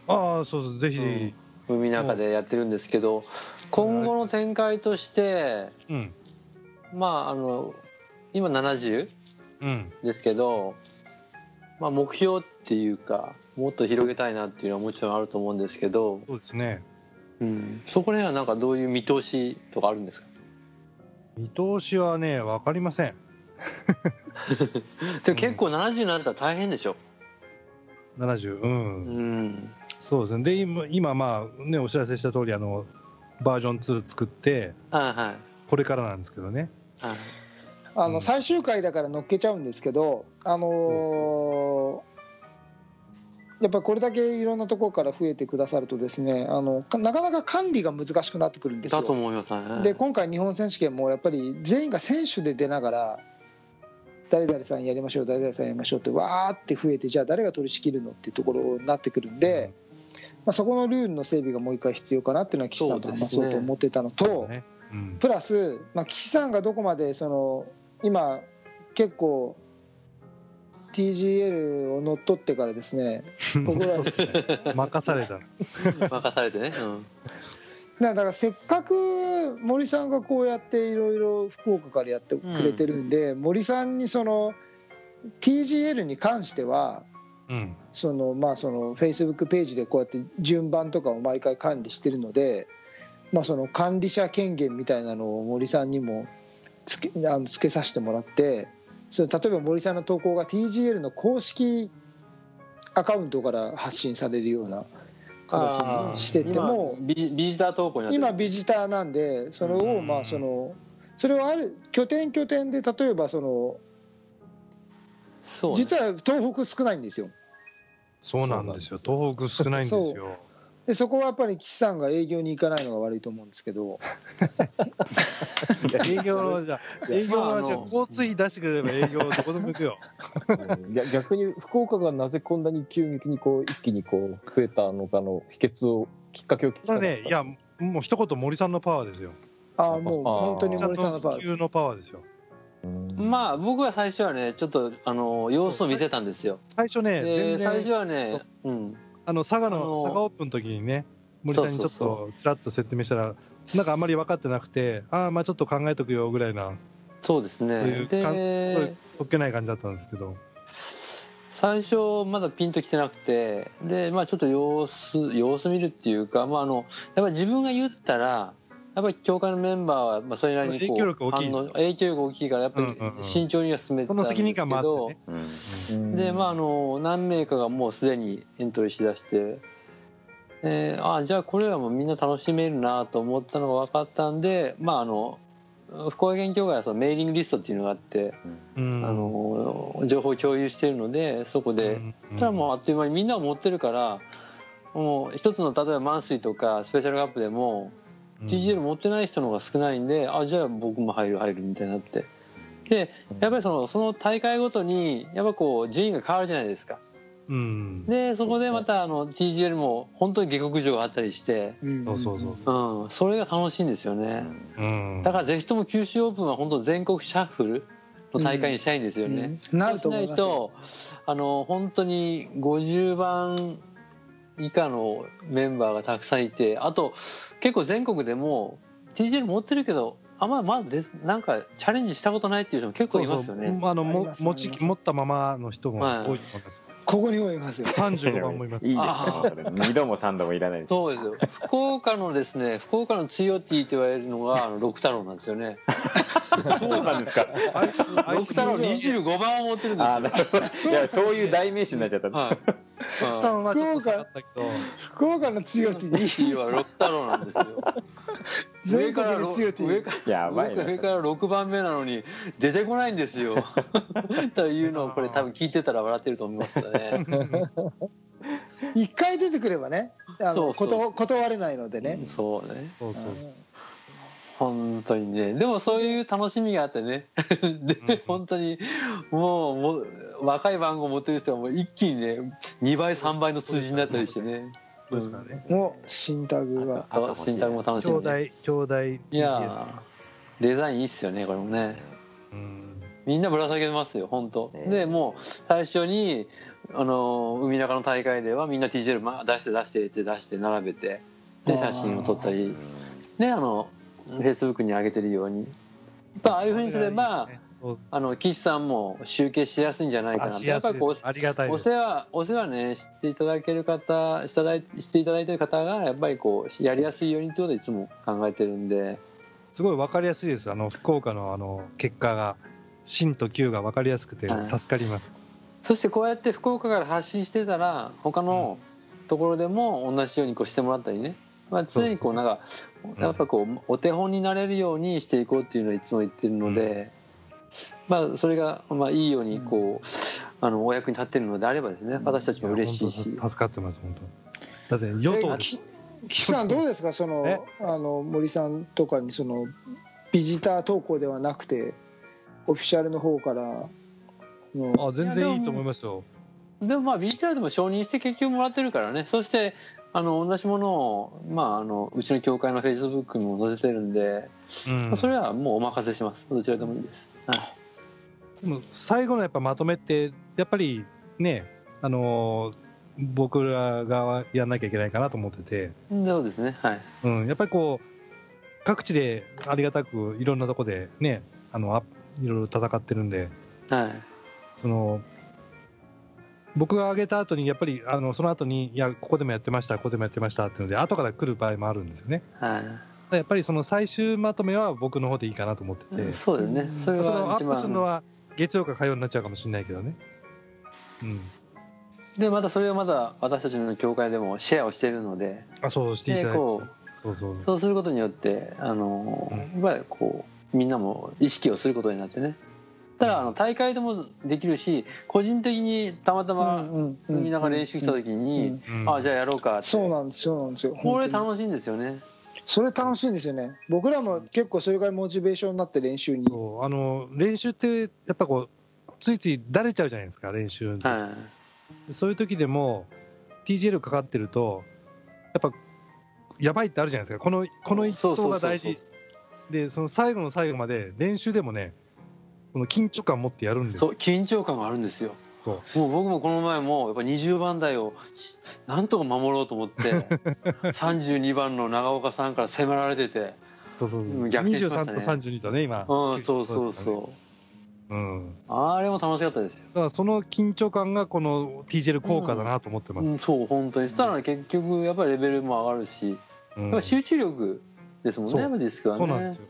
Speaker 3: ああ、そうそう、ぜひ。
Speaker 4: うん海の中でやってるんですけど、今後の展開として、
Speaker 3: うん。
Speaker 4: まあ、あの、今70
Speaker 3: うん。
Speaker 4: ですけど、まあ、目標っていうか、もっと広げたいなっていうのはもちろんあると思うんですけど、
Speaker 3: そうですね。
Speaker 4: うん、そこら辺はなんかどういう見通しとかあるんですか
Speaker 3: 見通しはね、わかりません。
Speaker 4: でも結構70になったら大変でしょ。
Speaker 3: 70。うん。
Speaker 4: うん。
Speaker 3: そうですね。で、今、今まあ、ね、お知らせした通り、あの、バージョン2作って、
Speaker 4: はいはい。
Speaker 3: これからなんですけどね。
Speaker 4: はい
Speaker 2: あ
Speaker 3: う
Speaker 2: の
Speaker 3: ん
Speaker 2: 最終回だから乗っけちゃうんですけど、あのーやっぱりこれだけいろんなところから増えてくださるとですねあのかなかなか管理が難しくなってくるんです
Speaker 4: だ
Speaker 2: よ。
Speaker 4: と思いますね。
Speaker 2: で今回日本選手権もやっぱり全員が選手で出ながら誰々さんやりましょう誰々さんやりましょうってわーって増えてじゃあ誰が取り仕切るのっていうところになってくるんで、まあ、そこのルールの整備がもう一回必要かなっていうのは岸さんと話そうと思ってたのと。
Speaker 3: ね。うん。
Speaker 2: プラス、まあ、岸さんがどこまでその今結構 TGL を乗っ取ってからですね僕らですね
Speaker 3: (laughs) 任された。
Speaker 4: 任されてね。うん
Speaker 2: だからせっかく森さんがこうやっていろいろ福岡からやってくれてるんで、森さんにその TGL に関しては
Speaker 3: うん。
Speaker 2: そのまあそのフェイスブックページでこうやって順番とかを毎回管理してるので、まあ、その管理者権限みたいなのを森さんにもつけあのつけさせてもらってその例えば森さんの投稿が TGL の公式アカウントから発信されるような形にしてて
Speaker 4: 今
Speaker 2: も
Speaker 4: ビビジター投稿になって
Speaker 2: 今
Speaker 4: る
Speaker 2: ビジターなんでそれをま
Speaker 3: う
Speaker 2: あ
Speaker 3: ん
Speaker 2: そのそれをある拠点拠点で例えばその
Speaker 4: そうね、
Speaker 2: 実は東北少ないんですよ。
Speaker 3: そうなんですよ。
Speaker 5: そう
Speaker 3: 東北少ないんですよ。
Speaker 2: でそこはやっぱり岸さんが営業に行かないのが悪いと思うんですけど
Speaker 3: 営業のじゃあ営業はじゃあ
Speaker 4: まああの
Speaker 3: 交通費出してくれれば営業どこでも行くよ。
Speaker 5: うんいや逆に福岡がなぜこんなに急激にこう一気にこう増えたのかの秘訣をきっかけを聞き
Speaker 3: こ
Speaker 5: たか
Speaker 3: れ
Speaker 5: った
Speaker 3: ね、いや、もう一言森さんのパワーですよ。
Speaker 2: ああもう
Speaker 5: あー
Speaker 2: 本当に森さんのパワー
Speaker 3: 地
Speaker 2: です
Speaker 3: 球のパワーですよ。
Speaker 5: うん
Speaker 4: まあ僕は最初はねちょっとあの様子を見てたんですよ。
Speaker 3: 最初ね、
Speaker 4: で
Speaker 3: 全
Speaker 4: 最初
Speaker 3: 然
Speaker 4: はね、うん、
Speaker 3: あの佐賀
Speaker 4: あ
Speaker 3: の
Speaker 4: の
Speaker 3: 佐賀オープンの時にね、森さんにちょっ
Speaker 4: そうそ
Speaker 3: とちらっと説明したら、なんかあんまり分かってなくて、ああまあちょっと考えとくよぐらいな
Speaker 4: そうです
Speaker 3: そうい
Speaker 4: ね
Speaker 3: う。感そうい
Speaker 4: で
Speaker 3: うとっけない感じだったんですけど。
Speaker 4: 最初まだピンときてなくてでまあちょっと様子様子見るっていうかまああのやっぱり自分が言ったら。やっぱり教会のメンバーはまあそれなりにこう
Speaker 3: 影響力大きいです
Speaker 4: 反応影響力大きいからやっぱり
Speaker 3: うんうんうん
Speaker 4: 慎重には進めてた
Speaker 3: この
Speaker 4: んですけ
Speaker 3: 責任感もあって
Speaker 4: ど
Speaker 3: ね。
Speaker 1: うん。
Speaker 5: うん
Speaker 4: でまああの何名かがもうすでにエントリーしだして、えーあじゃあこれはもうみんな楽しめるなと思ったのが分かったんでまああの福岡県協会はそのメーリングリストっていうのがあって、
Speaker 3: うん
Speaker 4: あの情報を共有しているのでそこで、そしたらもうあっという間にみんなが持ってるからもう一つの例えばマンスリーとかスペシャルカップでも
Speaker 3: うん
Speaker 4: TGL 持ってない人の方が少ないんであじゃあ僕も入る入るみたいになってでやっぱりそのその大会ごとにやっぱこう順位が変わるじゃないですか
Speaker 3: うん
Speaker 4: でそこでまたあの TGL も本当に下克上があったりして、
Speaker 2: うん
Speaker 3: そうそうそう。
Speaker 4: うん、それが楽しいんですよ
Speaker 1: う
Speaker 4: ね
Speaker 1: ん
Speaker 3: うん
Speaker 4: だからぜひとも九州オープンは本当全国シャッフルの大会にしたいんですよね、
Speaker 2: うんなると
Speaker 4: そう
Speaker 2: 思いま
Speaker 4: しない
Speaker 2: すよ
Speaker 4: とあの本当に50番以下のメンバーがたくさんいてあと結構全国でも TGL 持ってるけどあんまりまだでなんかチャレンジしたことないっていう人も結構いますよね。
Speaker 3: あの
Speaker 2: あり
Speaker 3: も
Speaker 2: ます
Speaker 3: 持ち
Speaker 2: あります
Speaker 3: 持ったままの人も多いと思います。
Speaker 2: ここにもいますよ
Speaker 3: 35番もいます
Speaker 1: いいですね。二度も三度もいらないです。
Speaker 4: そうですよ。福岡のですね、福岡の強いって言われるのが、あの六太郎なんですよね。
Speaker 1: そうなんですか。
Speaker 4: 六太郎二十五番を持ってるんです
Speaker 1: あ
Speaker 4: よ
Speaker 1: ー。なるほど。いや、そういう代名詞になっちゃった。
Speaker 4: はい。
Speaker 3: 奥さんはちょっとだったけど
Speaker 2: 福岡の強いっていい
Speaker 4: いいは六太郎なんですよ。
Speaker 2: 全国の強いってい
Speaker 4: 上
Speaker 2: い
Speaker 4: から
Speaker 1: やばいな。
Speaker 4: 上から6番目なのに出てこないんで
Speaker 1: (laughs)
Speaker 4: すよというのをこれ多分聞いてたら笑ってると思いますよ
Speaker 1: (laughs)
Speaker 4: ね
Speaker 2: 一回出てくればねあ
Speaker 4: そ
Speaker 2: の
Speaker 4: うそう
Speaker 2: 断断れないのでね、
Speaker 4: そうね
Speaker 3: そうそうそう
Speaker 4: 本当にねでもそういう楽しみがあってね (laughs) で、
Speaker 3: うん
Speaker 4: 本当にもうもう若い番号持ってる人はもう一気にね2倍3倍の数字になったりしてね
Speaker 3: そうですからね
Speaker 2: もう新タグは
Speaker 1: あと欲しい
Speaker 4: 新宅も楽し
Speaker 3: 兄
Speaker 4: み
Speaker 3: 弟
Speaker 4: で
Speaker 3: 兄弟
Speaker 4: いやーデザインいいっすよねこれもね
Speaker 3: うん
Speaker 4: みんなぶら下げてますよ本当、
Speaker 1: ええ
Speaker 4: でもう最初にあのー海中の大会ではみんな TJ ま出して出してって出して並べて
Speaker 2: あ
Speaker 4: で
Speaker 2: ー
Speaker 4: 写真を撮ったりねあのフェイスブックに上げてるようにやっぱああいうふうにすれば
Speaker 3: そう
Speaker 4: あの岸さんも集計しやすいんじゃないかな
Speaker 3: あ
Speaker 4: と
Speaker 3: し
Speaker 4: や
Speaker 3: や
Speaker 4: っ
Speaker 3: すい
Speaker 4: ぱりこ
Speaker 3: ありがたいうで
Speaker 4: お
Speaker 3: す
Speaker 4: 世話お世話ねしていただける方しただいしていただいてる方がやっぱりこうやりやすいようにってことでいつも考えてるんで。
Speaker 3: すごい分かりやすいですあの福岡のあの結果が真と旧が分かりやすくて
Speaker 4: はい
Speaker 3: 助かります
Speaker 4: そしてこうやって福岡から発信してたら他のところでも同じようにこうしてもらったりね、まあ、常にこうなんか
Speaker 3: うん
Speaker 4: やっぱこうお手本になれるようにしていこうっていうのをいつも言ってるので、まあそれがまあいいようにこうあのお役に立ってるのであればですね私たちも嬉しい
Speaker 3: い
Speaker 4: し
Speaker 3: や本当助かってます本当だって与党
Speaker 2: え
Speaker 3: です
Speaker 2: き岸さんどうですかそ
Speaker 3: え
Speaker 2: のあの森さんとかにそのビジター投稿ではなくてオフィシャルの方からの
Speaker 3: あ全然いいと思いますよ
Speaker 4: でもまあ BTR でも承認して結局もらってるからねそしてあの同じものを、まあ、あのうちの協会のフェイスブックにも載せてるんで、
Speaker 3: うん
Speaker 4: それはもうお任せしますどちらでもいいです。はい
Speaker 3: でも最後のやっぱまとめって、やっぱりね、あのー僕らがやんなきゃいけないかなと思ってて、
Speaker 4: そうですねはい
Speaker 3: うん、やっぱりこう、各地でありがたく、いろんなとこでね、あのあいろいろ戦ってるんで、
Speaker 4: はい
Speaker 3: その僕が上げた後に、やっぱりあのその後に、いや、ここでもやってました、ここでもやってましたっていうので、後から来る場合もあるんですよね。だ
Speaker 4: は
Speaker 3: からやっぱりその最終まとめは僕の方でいいかなと思ってて。
Speaker 4: い、そうですね、それ
Speaker 3: その
Speaker 4: は
Speaker 3: ア
Speaker 4: 一
Speaker 3: ップするの
Speaker 4: 番、
Speaker 3: は月曜か火曜になっちゃうかもしれないけどね。うん。
Speaker 4: で、またそれをまだ私たちの協会でもシェアをしているので、
Speaker 3: あ、そうしていた
Speaker 4: で
Speaker 3: だいて。
Speaker 4: こ
Speaker 3: そうそう
Speaker 4: う
Speaker 3: そう。
Speaker 4: そうすることによって、あの
Speaker 3: うん
Speaker 4: やっぱりこう、みんなも意識をすることになってね、ただあの大会でもできるし、個人的にたまたまみんなが練習した時に、
Speaker 3: うん
Speaker 4: あじゃあやろうかって、
Speaker 2: そうなんですそうなんですよ
Speaker 4: これ
Speaker 2: 本当に
Speaker 4: 楽しいんですよね。
Speaker 2: それ楽しいんですよね僕らも結構それがモチベーションになって練習に
Speaker 3: そうあの練習って、やっぱこう、ついついだれちゃうじゃないですか、練習で、
Speaker 4: は
Speaker 3: そういう時でも、TGL かかってると、やっぱ、やばいってあるじゃないですか、このこの一
Speaker 4: そうそ
Speaker 3: 投
Speaker 4: うそう
Speaker 3: が
Speaker 4: そう
Speaker 3: 大事で、その最後の最後まで、練習でもね、この緊張感持ってやるんで
Speaker 4: い、
Speaker 3: す
Speaker 4: そう
Speaker 3: よ、
Speaker 4: 緊張感があるんですよ
Speaker 3: そう
Speaker 4: もう僕もこの前もやっぱ20番台をしなんとか守ろうと思って
Speaker 3: (laughs)
Speaker 4: 32番の長岡さんから迫られてて
Speaker 3: そうそう
Speaker 4: うん逆転しました
Speaker 3: 23
Speaker 4: ね
Speaker 3: と32とね、今、
Speaker 4: うんそうそう
Speaker 3: う、
Speaker 4: そ
Speaker 3: うん、
Speaker 4: うあれも楽しかったですよ、
Speaker 3: だからその緊張感が、この TGL 効果だなと思ってま
Speaker 4: う
Speaker 3: す。
Speaker 4: ん、そう本当にそしたら結局やっぱりレベルも上がるし、
Speaker 3: うん
Speaker 4: やっぱ集中力ですもんね
Speaker 3: そう
Speaker 4: やっぱディスクはね
Speaker 3: そうなんですよ、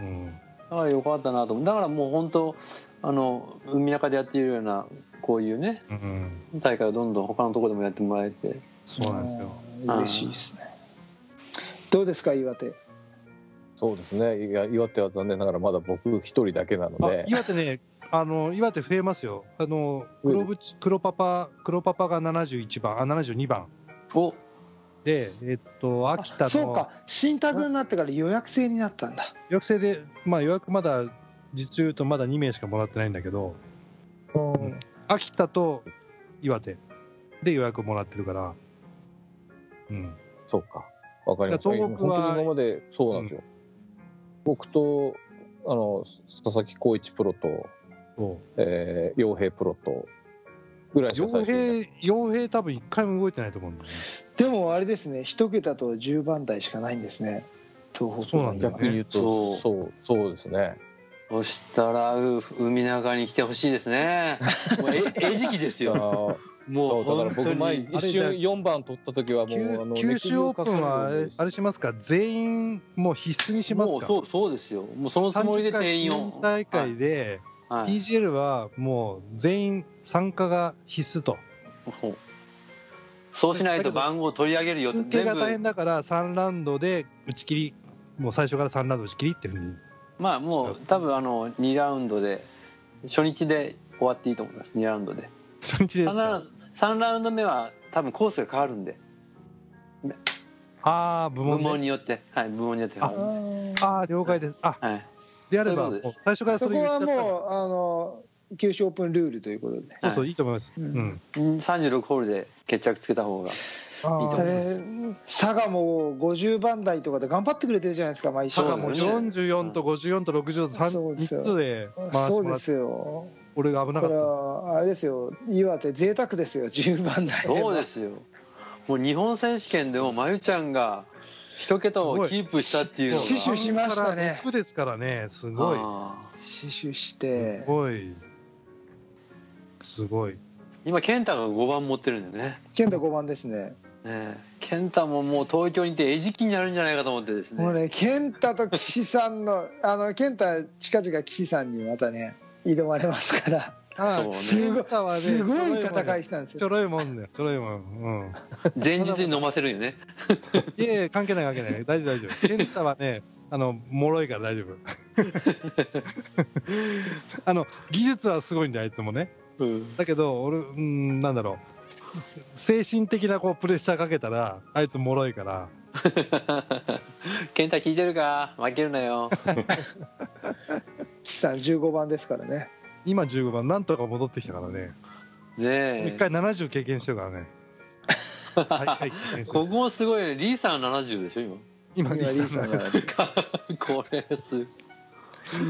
Speaker 3: うん
Speaker 4: ああよかったなと思うだからもう本当あの海中でやっているようなこういうね
Speaker 3: うん、
Speaker 4: 大会をどんどん他のところでもやってもらえて
Speaker 3: そうなんですよ。
Speaker 2: あー嬉しいですねどうですか岩手
Speaker 5: そうですねいや岩手は残念ながらまだ僕一人だけなの
Speaker 3: あ
Speaker 5: で
Speaker 3: 岩手ね、あの岩手増えますよ、あの黒ぶち黒パパ黒パパが71番、あ72番
Speaker 4: お
Speaker 3: で、えっと、秋田
Speaker 2: あそう
Speaker 3: の
Speaker 2: か新タグになってから予約制になったんだ
Speaker 3: 予約制で、まあ、予約まだ、実を言うとまだ2名しかもらってないんだけど、ん秋田と岩手で予約もらってるから、うん、
Speaker 5: そうかわかりました
Speaker 3: いや東北は
Speaker 5: 本当に今までそうなんですよ、僕とあの佐々木浩一プロと、
Speaker 3: そ、
Speaker 5: えー、陽平プロとぐらいうしか
Speaker 3: 傭
Speaker 5: 最初に
Speaker 3: 兵、傭兵、多分一回も動いてないと思うんだよね。
Speaker 2: でもあれですね一桁と10番台しかないんですね東北
Speaker 3: そうなんだよ
Speaker 5: 逆に言う
Speaker 4: そ
Speaker 5: と
Speaker 4: う
Speaker 5: そうそうですね
Speaker 4: そしたらう海中に来てほしいですね。もうえ餌食ですよ。も
Speaker 5: そううだか
Speaker 4: 本
Speaker 5: ら
Speaker 4: 当
Speaker 5: 僕前
Speaker 4: に。
Speaker 5: 一
Speaker 3: あれ
Speaker 5: 瞬
Speaker 3: じ
Speaker 5: 4番取った時はもうあの
Speaker 3: 九九州オープンはあれあれしますか全員もう必須にします
Speaker 4: もう
Speaker 3: か
Speaker 4: そうそうですよ。もうそのつもりで定員
Speaker 3: 30回
Speaker 4: を。
Speaker 3: 大会で、
Speaker 4: はい
Speaker 3: PGL はもう全員参加が必須と
Speaker 4: そうそうしないと番号取り上げるよって
Speaker 3: 休憩
Speaker 4: 全
Speaker 3: が大変
Speaker 4: 部
Speaker 3: だから3ラウンドで打ち切りもう最初から3ラウンド打ち切りっていうふうに
Speaker 4: まあもう多分あの2ラウンドで初日で終わっていいと思います2ラウンドで
Speaker 3: 初日です
Speaker 4: 3ラウ
Speaker 3: か
Speaker 4: ンド ,3 ラウンド目は多分コースが変わるんで
Speaker 3: ああ部
Speaker 4: 部
Speaker 3: 門,、
Speaker 4: 門によってはい部門によって変わ
Speaker 3: ああ了解ですあ
Speaker 4: るはい
Speaker 3: であれば
Speaker 4: そう
Speaker 3: もう
Speaker 4: いうことです
Speaker 3: 最初から
Speaker 2: そ
Speaker 3: それ
Speaker 2: こ
Speaker 3: 言っちゃ
Speaker 2: は
Speaker 3: ったら
Speaker 2: もうあの九州オープンルールということで、
Speaker 3: そうそう
Speaker 4: はい
Speaker 3: いと思います、
Speaker 2: う
Speaker 3: うんん、
Speaker 4: 36ホールで決着つけた方が思います
Speaker 2: えー佐賀も50番台とかで頑張ってくれてるじゃないですか毎週
Speaker 3: だからも
Speaker 4: そうですよね
Speaker 3: 44と54と60と
Speaker 2: そうで
Speaker 3: 3,
Speaker 2: すよ
Speaker 3: つで回して
Speaker 2: そう
Speaker 3: もら
Speaker 2: で
Speaker 3: って
Speaker 2: すよ
Speaker 3: 俺が危なか
Speaker 2: こ
Speaker 3: っ
Speaker 2: れ
Speaker 3: た
Speaker 2: はあれですよ岩手贅沢ですよ10番台
Speaker 4: そうですすよもう日本選手権でもまゆちゃんが一桁をキープしたっていうのが
Speaker 2: 死守しましたね
Speaker 3: 6ですからねすごい
Speaker 4: あー
Speaker 2: 死守し
Speaker 3: す
Speaker 2: て
Speaker 3: ごいすごい
Speaker 4: 今健太が5番持ってるんだよね
Speaker 2: 健太5番ですね
Speaker 4: ねえ健太ももう東京にいて餌食になるんじゃないかと思ってですね
Speaker 2: もうね健太と岸さんの (laughs) あの健太近々岸さんにまたね挑まれますから
Speaker 3: あ
Speaker 4: そうね
Speaker 2: すご
Speaker 3: 健太はね
Speaker 2: いすごい戦いしたんです
Speaker 3: ちょ
Speaker 2: よ
Speaker 3: ろいもんだよちょろいもん
Speaker 4: 前日に飲ませるよね
Speaker 3: うんいえいえ関係ない関係ない大丈夫大丈 (laughs) 夫健太はねあの脆いから大丈 (laughs) 夫あの技術はすごいんだよあいつもね
Speaker 4: うん
Speaker 3: だけど俺うんなんだろうす精神的なこうプレッシャーかけたらあいつ脆いから
Speaker 4: 健太聞いてるか負けるなよ
Speaker 2: 岸さん15番ですからね
Speaker 3: 今15番なんとか戻ってきたからね一
Speaker 4: ねえ
Speaker 3: 回70経験してるからねはいはい経験して
Speaker 4: ここ
Speaker 3: る
Speaker 4: もすごいねリーさん70でしょ
Speaker 3: 今
Speaker 2: 今リーさんが
Speaker 4: 今 (laughs) これす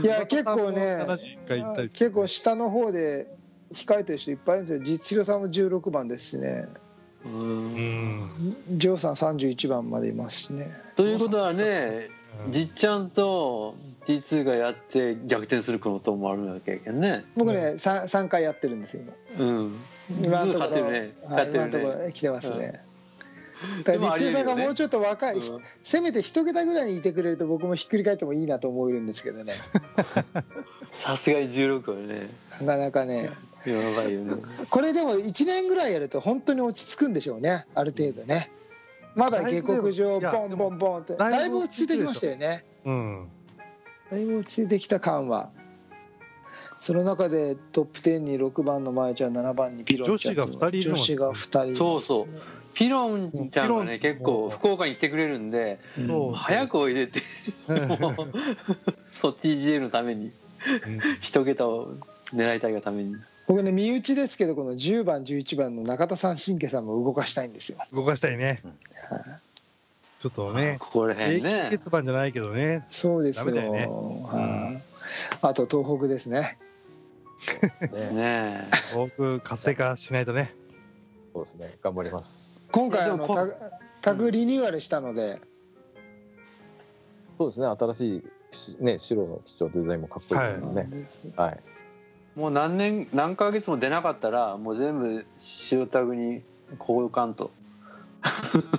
Speaker 2: いや結構ね
Speaker 3: 71回行ったり
Speaker 2: 結構下の方で控えてる人いっぱいいるんですよ実力さんも16番ですしね
Speaker 4: う
Speaker 3: うんん
Speaker 2: ジョーさん31番までいますしね
Speaker 4: ということはねじっちゃんと T2 がやって逆転することもあるわけやけんね
Speaker 2: 僕ね 3, 3回やってるんですよ
Speaker 4: うん
Speaker 2: 今今のところ、
Speaker 4: ずっと勝ってるね
Speaker 2: はい、今の
Speaker 4: 勝って
Speaker 2: と
Speaker 4: る
Speaker 2: こ
Speaker 4: ね
Speaker 2: ろ来てますね、
Speaker 4: で
Speaker 2: だか
Speaker 4: も
Speaker 2: ら
Speaker 4: あ
Speaker 2: 立
Speaker 4: りえ
Speaker 2: 中さ
Speaker 4: るよね
Speaker 2: んがもうちょっと若い、
Speaker 4: うん
Speaker 2: せめて一桁ぐらいにいてくれると僕もひっくり返ってもいいなと思えるんですけどね
Speaker 4: さすがに16はね
Speaker 2: なかなかね
Speaker 4: やばいよね
Speaker 2: これでも1年ぐらいやると本当に落ち着くんでしょうねある程度ねまだ下克上
Speaker 3: いや
Speaker 2: ボンボンボンって
Speaker 3: だいぶ
Speaker 2: だいぶ落ち着いてきましたよね
Speaker 3: うん
Speaker 2: だいぶ落ち着いてきた感はその中でトップ10に6番の前ちゃん7番にピロンちゃんと
Speaker 3: 女子が二人いるの
Speaker 2: 女
Speaker 3: が
Speaker 2: 子が2人います
Speaker 4: そうそうピロンちゃんがね
Speaker 3: ピロン
Speaker 4: 結構福岡に来てくれるんで
Speaker 2: うん
Speaker 3: そう
Speaker 4: 早くおいでってもうそう TGA のために一桁を狙いたいがために
Speaker 2: 僕ね身内ですけどこの10番11番の中田さん新家さんも動かしたいんですよ
Speaker 3: 動かしたいねちょっとね
Speaker 4: ここら辺
Speaker 3: 永久
Speaker 4: ね
Speaker 3: 欠番じゃないけどね
Speaker 2: そうですよ
Speaker 3: ダメだよね
Speaker 2: はいあと東北ですね
Speaker 5: ですね
Speaker 4: ね
Speaker 3: 多く活性化しないとね
Speaker 5: そうですね頑張ります
Speaker 2: 今回
Speaker 4: いや
Speaker 2: あ
Speaker 4: で
Speaker 2: の
Speaker 4: もこ
Speaker 2: タグタグリニューアルしたので
Speaker 5: そうですね新しいしね白の基調デザインもかっこいいですもんねはい、
Speaker 4: えもう何年何ヶ月も出なかったらもう全部塩タグに交換と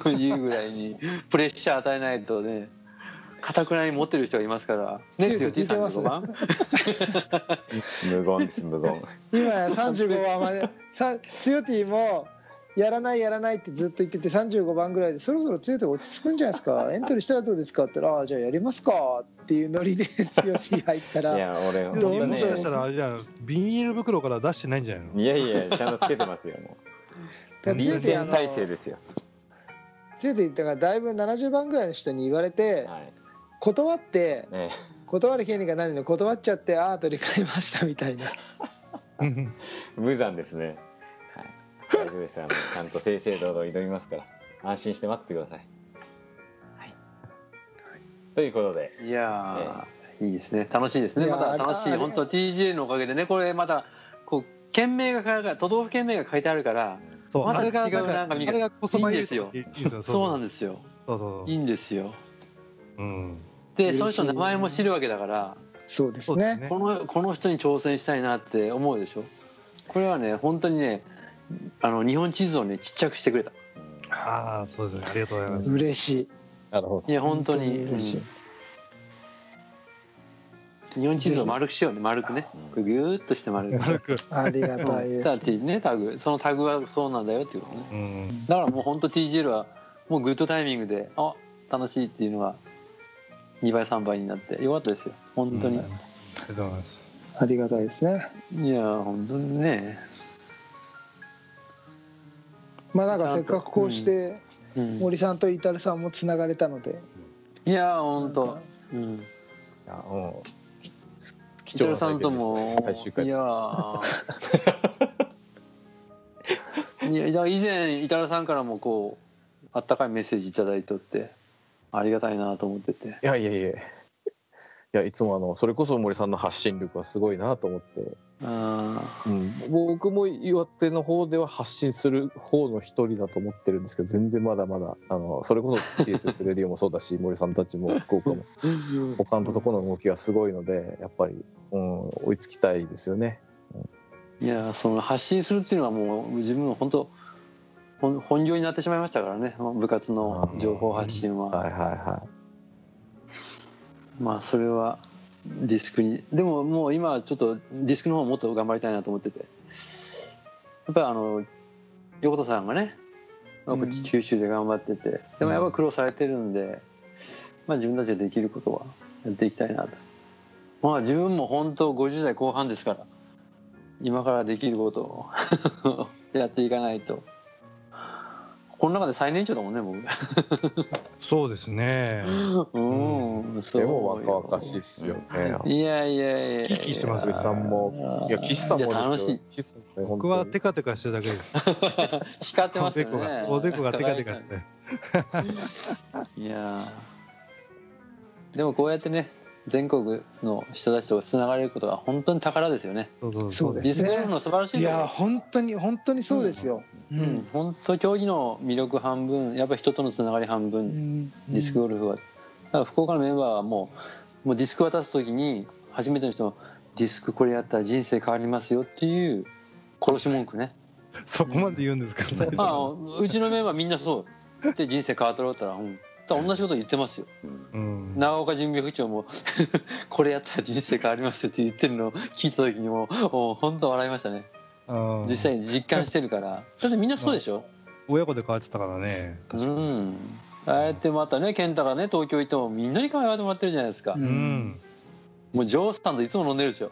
Speaker 4: (laughs) いうぐらいにプレッシャー与えないとねかたくなに持ってる人がいますからね
Speaker 2: 強いこ
Speaker 4: 強
Speaker 2: と聞
Speaker 4: じ
Speaker 2: い
Speaker 4: いさ
Speaker 2: て
Speaker 4: ん
Speaker 2: ま
Speaker 4: の
Speaker 2: す
Speaker 4: 5番
Speaker 1: 無言です無言
Speaker 2: 今や35番までさつよてぃもやらないやらないってずっと言ってて35番ぐらいでそろそろつよてぃ落ち着くんじゃないですかエントリーしたらどうですかって言ったらああじゃあやりますかっていうノリでつよてぃ入った
Speaker 1: い
Speaker 2: ら
Speaker 1: や俺本
Speaker 2: ど
Speaker 1: 当
Speaker 2: うも
Speaker 3: もしかし
Speaker 1: ね
Speaker 3: たらあれじゃんビニール袋から出してないんじゃないの
Speaker 1: いやいやちゃんとつけてますよもう臨
Speaker 2: つよ
Speaker 1: 戦
Speaker 2: て
Speaker 1: 態
Speaker 2: ぃ
Speaker 1: 勢
Speaker 2: あの
Speaker 1: ですよ
Speaker 2: つよてぃだからだいぶ70番ぐらいの人に言われて
Speaker 1: はい
Speaker 2: 断って
Speaker 1: え
Speaker 2: 断る権利がないのに断っちゃってああ取り替えましたみたいな
Speaker 3: うん
Speaker 1: え無残ですねはい大丈夫ですあのちゃんと正々堂々挑みますから安心して待っててくださいはいということで
Speaker 4: いやー、いいですね楽しいですね
Speaker 2: いや
Speaker 4: ま
Speaker 2: ー
Speaker 4: た楽し
Speaker 2: あ
Speaker 4: い
Speaker 2: れ
Speaker 4: 本当 TGA のおかげでねこれまたこう県名が書いてある都道府県名が書いてあるから
Speaker 3: そう
Speaker 4: また
Speaker 3: あれが
Speaker 4: 違うなんか見
Speaker 3: あ
Speaker 4: る
Speaker 3: れがこそばゆいとこ
Speaker 4: い
Speaker 3: いいんですよ
Speaker 4: そうなん
Speaker 3: で
Speaker 4: ですよ
Speaker 3: そうそう
Speaker 4: いいんですよ
Speaker 3: うん
Speaker 4: で
Speaker 2: 嬉しい
Speaker 4: その人の名前も知るわけだから
Speaker 2: そうです
Speaker 3: そうです
Speaker 2: ね
Speaker 3: ね。
Speaker 4: このこの人に挑戦したいなって思うでしょこれはね本当にねあの日本地図をねちっちゃくしてくれた
Speaker 3: ああ、そうですね。ありがとうございます。
Speaker 2: 嬉しい
Speaker 5: なるほど
Speaker 4: いや本当に
Speaker 2: 嬉しい、
Speaker 4: うん日本地図を丸くしようね丸くねこれギューッとして丸く
Speaker 3: 軽く。
Speaker 2: ありがたい
Speaker 4: うんだ
Speaker 2: で
Speaker 4: っ
Speaker 2: す
Speaker 4: てねタグそのタグはそうなんだよっていうことね
Speaker 3: うん。
Speaker 4: だからもう本当 TGL はもうグッドタイミングであ楽しいっていうのが2倍3倍になってよかったですよ本当に、
Speaker 3: ありがとうございます。
Speaker 2: ありがたいですね
Speaker 4: いや本当にね、
Speaker 2: まあなんかせっかくこうして
Speaker 4: うん
Speaker 2: 森さんとイタルさんもつながれたので
Speaker 4: いや本
Speaker 2: なん
Speaker 4: 当
Speaker 2: か
Speaker 4: うん
Speaker 5: いやもう貴
Speaker 4: 貴重
Speaker 5: 重
Speaker 4: さんとも
Speaker 5: な体験でしたね最終回
Speaker 4: い
Speaker 5: です
Speaker 4: やーいやだから以前伊原さんからもこうあったかいメッセージいただいとってありがたいなと思ってて
Speaker 5: いやいやいやいやいつもあのそれこそ森さんの発信力はすごいなと思って、
Speaker 4: あ
Speaker 5: うん、僕も岩手の方では発信する方の一人だと思ってるんですけど全然まだまだあのそれこそ TSS レディオもそうだし森さんたちも福岡も他のところの動きがすごいのでやっぱり、うん、追いつきたいですよね。
Speaker 4: ーいやその発信するっていうのはもう自分の本当本本業になってしまいましたからね部活の情報発信は
Speaker 5: はいはいは
Speaker 4: まあそれはディスクにでももう今はちょっとディスクの方もっと頑張りたいなと思っててやっぱりあの横田さんがねやっぱ
Speaker 2: うん
Speaker 4: 九州で頑張ってて、でもやっぱ苦労されてるんで、まあ、自分たちでできることはやっていきたいなとまあ自分も本当50代後半ですから今からできることを (laughs) やっていかないとこの中で最年長だもんね僕
Speaker 3: そうですね。
Speaker 4: うん、
Speaker 5: い。でも若々しいっすよね。
Speaker 4: いやいやいやいや。
Speaker 3: 生き生きしてます
Speaker 5: よ岸さんもいや、岸さんも
Speaker 4: いや楽しい。
Speaker 5: 岸さんもね
Speaker 3: 僕は
Speaker 5: 本当
Speaker 3: テカテカしてるだけです。
Speaker 4: 光って
Speaker 3: お
Speaker 4: ます
Speaker 3: で
Speaker 4: よ
Speaker 3: こ
Speaker 4: ね
Speaker 3: が、。おでこがテカテカして。
Speaker 4: いやーでもこうやってね、全国の人たちとつながれることが本当に宝ですよね。
Speaker 3: そうそう
Speaker 2: そう
Speaker 4: デ
Speaker 2: で
Speaker 4: ィ
Speaker 2: す
Speaker 4: ス
Speaker 2: ね
Speaker 4: クゴルフの素晴らしい
Speaker 2: い
Speaker 4: とこ
Speaker 2: や本当に本当にそうですよ、うん
Speaker 4: うん、本当競技の魅力半分、やっぱ人とのつながり半分。ディスクゴルフは、だから福岡のメンバーはもうもうディスク渡す時に初めての人はディスクこれやったら人生変わりますよっていう殺し文句ね
Speaker 3: そこまで言うんですか、最
Speaker 4: (laughs)
Speaker 3: 初。
Speaker 4: まあうちのメンバーみんなそうで人生変わったろうったら、うん、だから同じこと言ってますよ
Speaker 3: うん。
Speaker 4: 長岡準備部長も (laughs) これやったら人生変わりますよって言ってるのを聞いた時にもうもう本当笑いましたね
Speaker 3: うん
Speaker 4: 実際実感してるからだってみんなそうでしょ
Speaker 3: 親子で変わってたからね。
Speaker 4: うんああやってまたね健太がね東京行ってもみんなに可愛がってもらってるじゃないですか
Speaker 2: う
Speaker 3: うんん。
Speaker 4: もうジョーさんといつも飲んでるでしょ。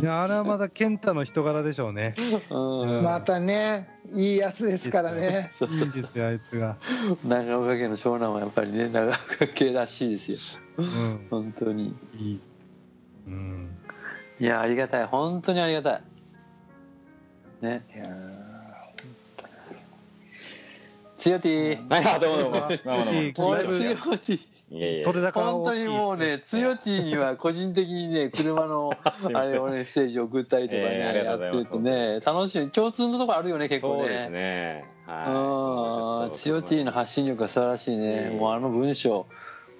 Speaker 3: いや、あれはまだ健太の人柄でしょうね。
Speaker 4: う、
Speaker 3: うんん
Speaker 2: またねいいやつですからね
Speaker 3: いいですよ、あいつが。
Speaker 4: (laughs) 長岡家の長男はやっぱりね長岡家らしいですよ
Speaker 3: うん。
Speaker 4: 本当に
Speaker 3: いい。うん。
Speaker 4: いやありがたい本当にありがたいね
Speaker 2: いや
Speaker 4: つよてぃ
Speaker 1: はいあどうもどうもどうもどうも
Speaker 3: いい気
Speaker 4: お
Speaker 3: が
Speaker 4: い
Speaker 3: す
Speaker 4: つ
Speaker 3: る
Speaker 4: よてぃ
Speaker 1: いやいや
Speaker 3: 取れ高
Speaker 4: 本
Speaker 3: 大
Speaker 4: 当
Speaker 3: きい
Speaker 4: にもうねつよてぃには個人的にね車の
Speaker 1: (laughs) すいま
Speaker 4: あ
Speaker 1: せん
Speaker 4: れをねステージ送ったりとかね、
Speaker 1: えーありがとうござい
Speaker 4: やっ
Speaker 1: ま
Speaker 4: て
Speaker 1: す
Speaker 4: てね楽しい共通のとこあるよね結構ね
Speaker 1: そうですねはいも
Speaker 4: あ
Speaker 1: うちょっ
Speaker 4: あ
Speaker 1: と
Speaker 4: 千代 T の発信力が素晴らしいね、
Speaker 1: ええ
Speaker 4: もうあの文章も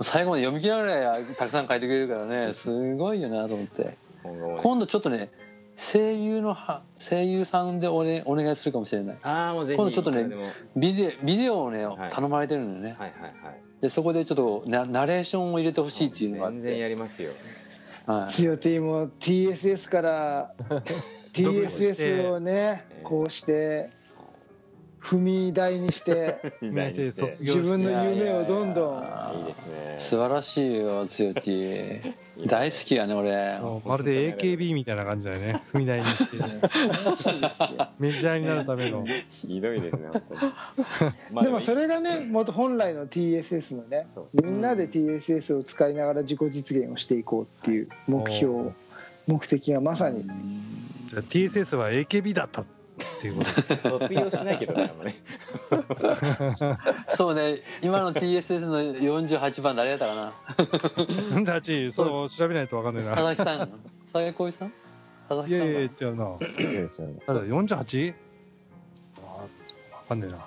Speaker 4: う最後まで読み切らないぐらいたくさん書いてくれるからねすごいよなと思って
Speaker 1: 今後もね
Speaker 4: 今度ちょっとね声優のは声優さんでお,、ね、お願いするかもしれない
Speaker 1: ああもうぜひ
Speaker 4: 今度ちょっとね
Speaker 1: いくらでも
Speaker 4: ビデビデオをね、
Speaker 1: はい
Speaker 4: 頼まれてるんだよね
Speaker 1: はいはいはい
Speaker 4: でそこでちょっとナナレーションを入れてほしいっていうのがあって
Speaker 1: 全然やりますよ
Speaker 4: は
Speaker 2: ー
Speaker 4: い、
Speaker 2: 強 T も TSS から
Speaker 4: (laughs)
Speaker 2: TSS をね
Speaker 1: えー
Speaker 2: こうして踏み台に
Speaker 4: (laughs)
Speaker 2: して
Speaker 1: みたいにして
Speaker 3: 卒業
Speaker 1: い
Speaker 2: 自分の夢をどんど
Speaker 4: いやい
Speaker 2: ん
Speaker 4: や
Speaker 1: いですね
Speaker 4: 素晴らしいよつよ T 大好きやね俺
Speaker 3: もうまるで AKB みたいな感じだよね。踏み台にして。メジャーになるための。
Speaker 1: ひどいですね本当にまあ
Speaker 2: でもそれがねもっと本来の TSS のね
Speaker 1: そうです
Speaker 2: み
Speaker 1: ね
Speaker 2: んなで TSS を使いながら自己実現をしていこうっていう目標目的がまさに
Speaker 3: じゃあ TSS は AKB だったって
Speaker 4: (laughs)
Speaker 3: いうこと
Speaker 1: 卒業しないけどねあんまね
Speaker 4: そうね今の TSS の48番誰やったかな
Speaker 3: で。ダチ、そう、調べないとわかんない
Speaker 4: 佐
Speaker 3: な。
Speaker 4: 々木さんやの佐々木浩一さん佐々
Speaker 3: い
Speaker 4: 木さん
Speaker 3: や
Speaker 4: か
Speaker 3: いや、違うな。
Speaker 5: いやいや
Speaker 3: なんだ 48? わかんねえな。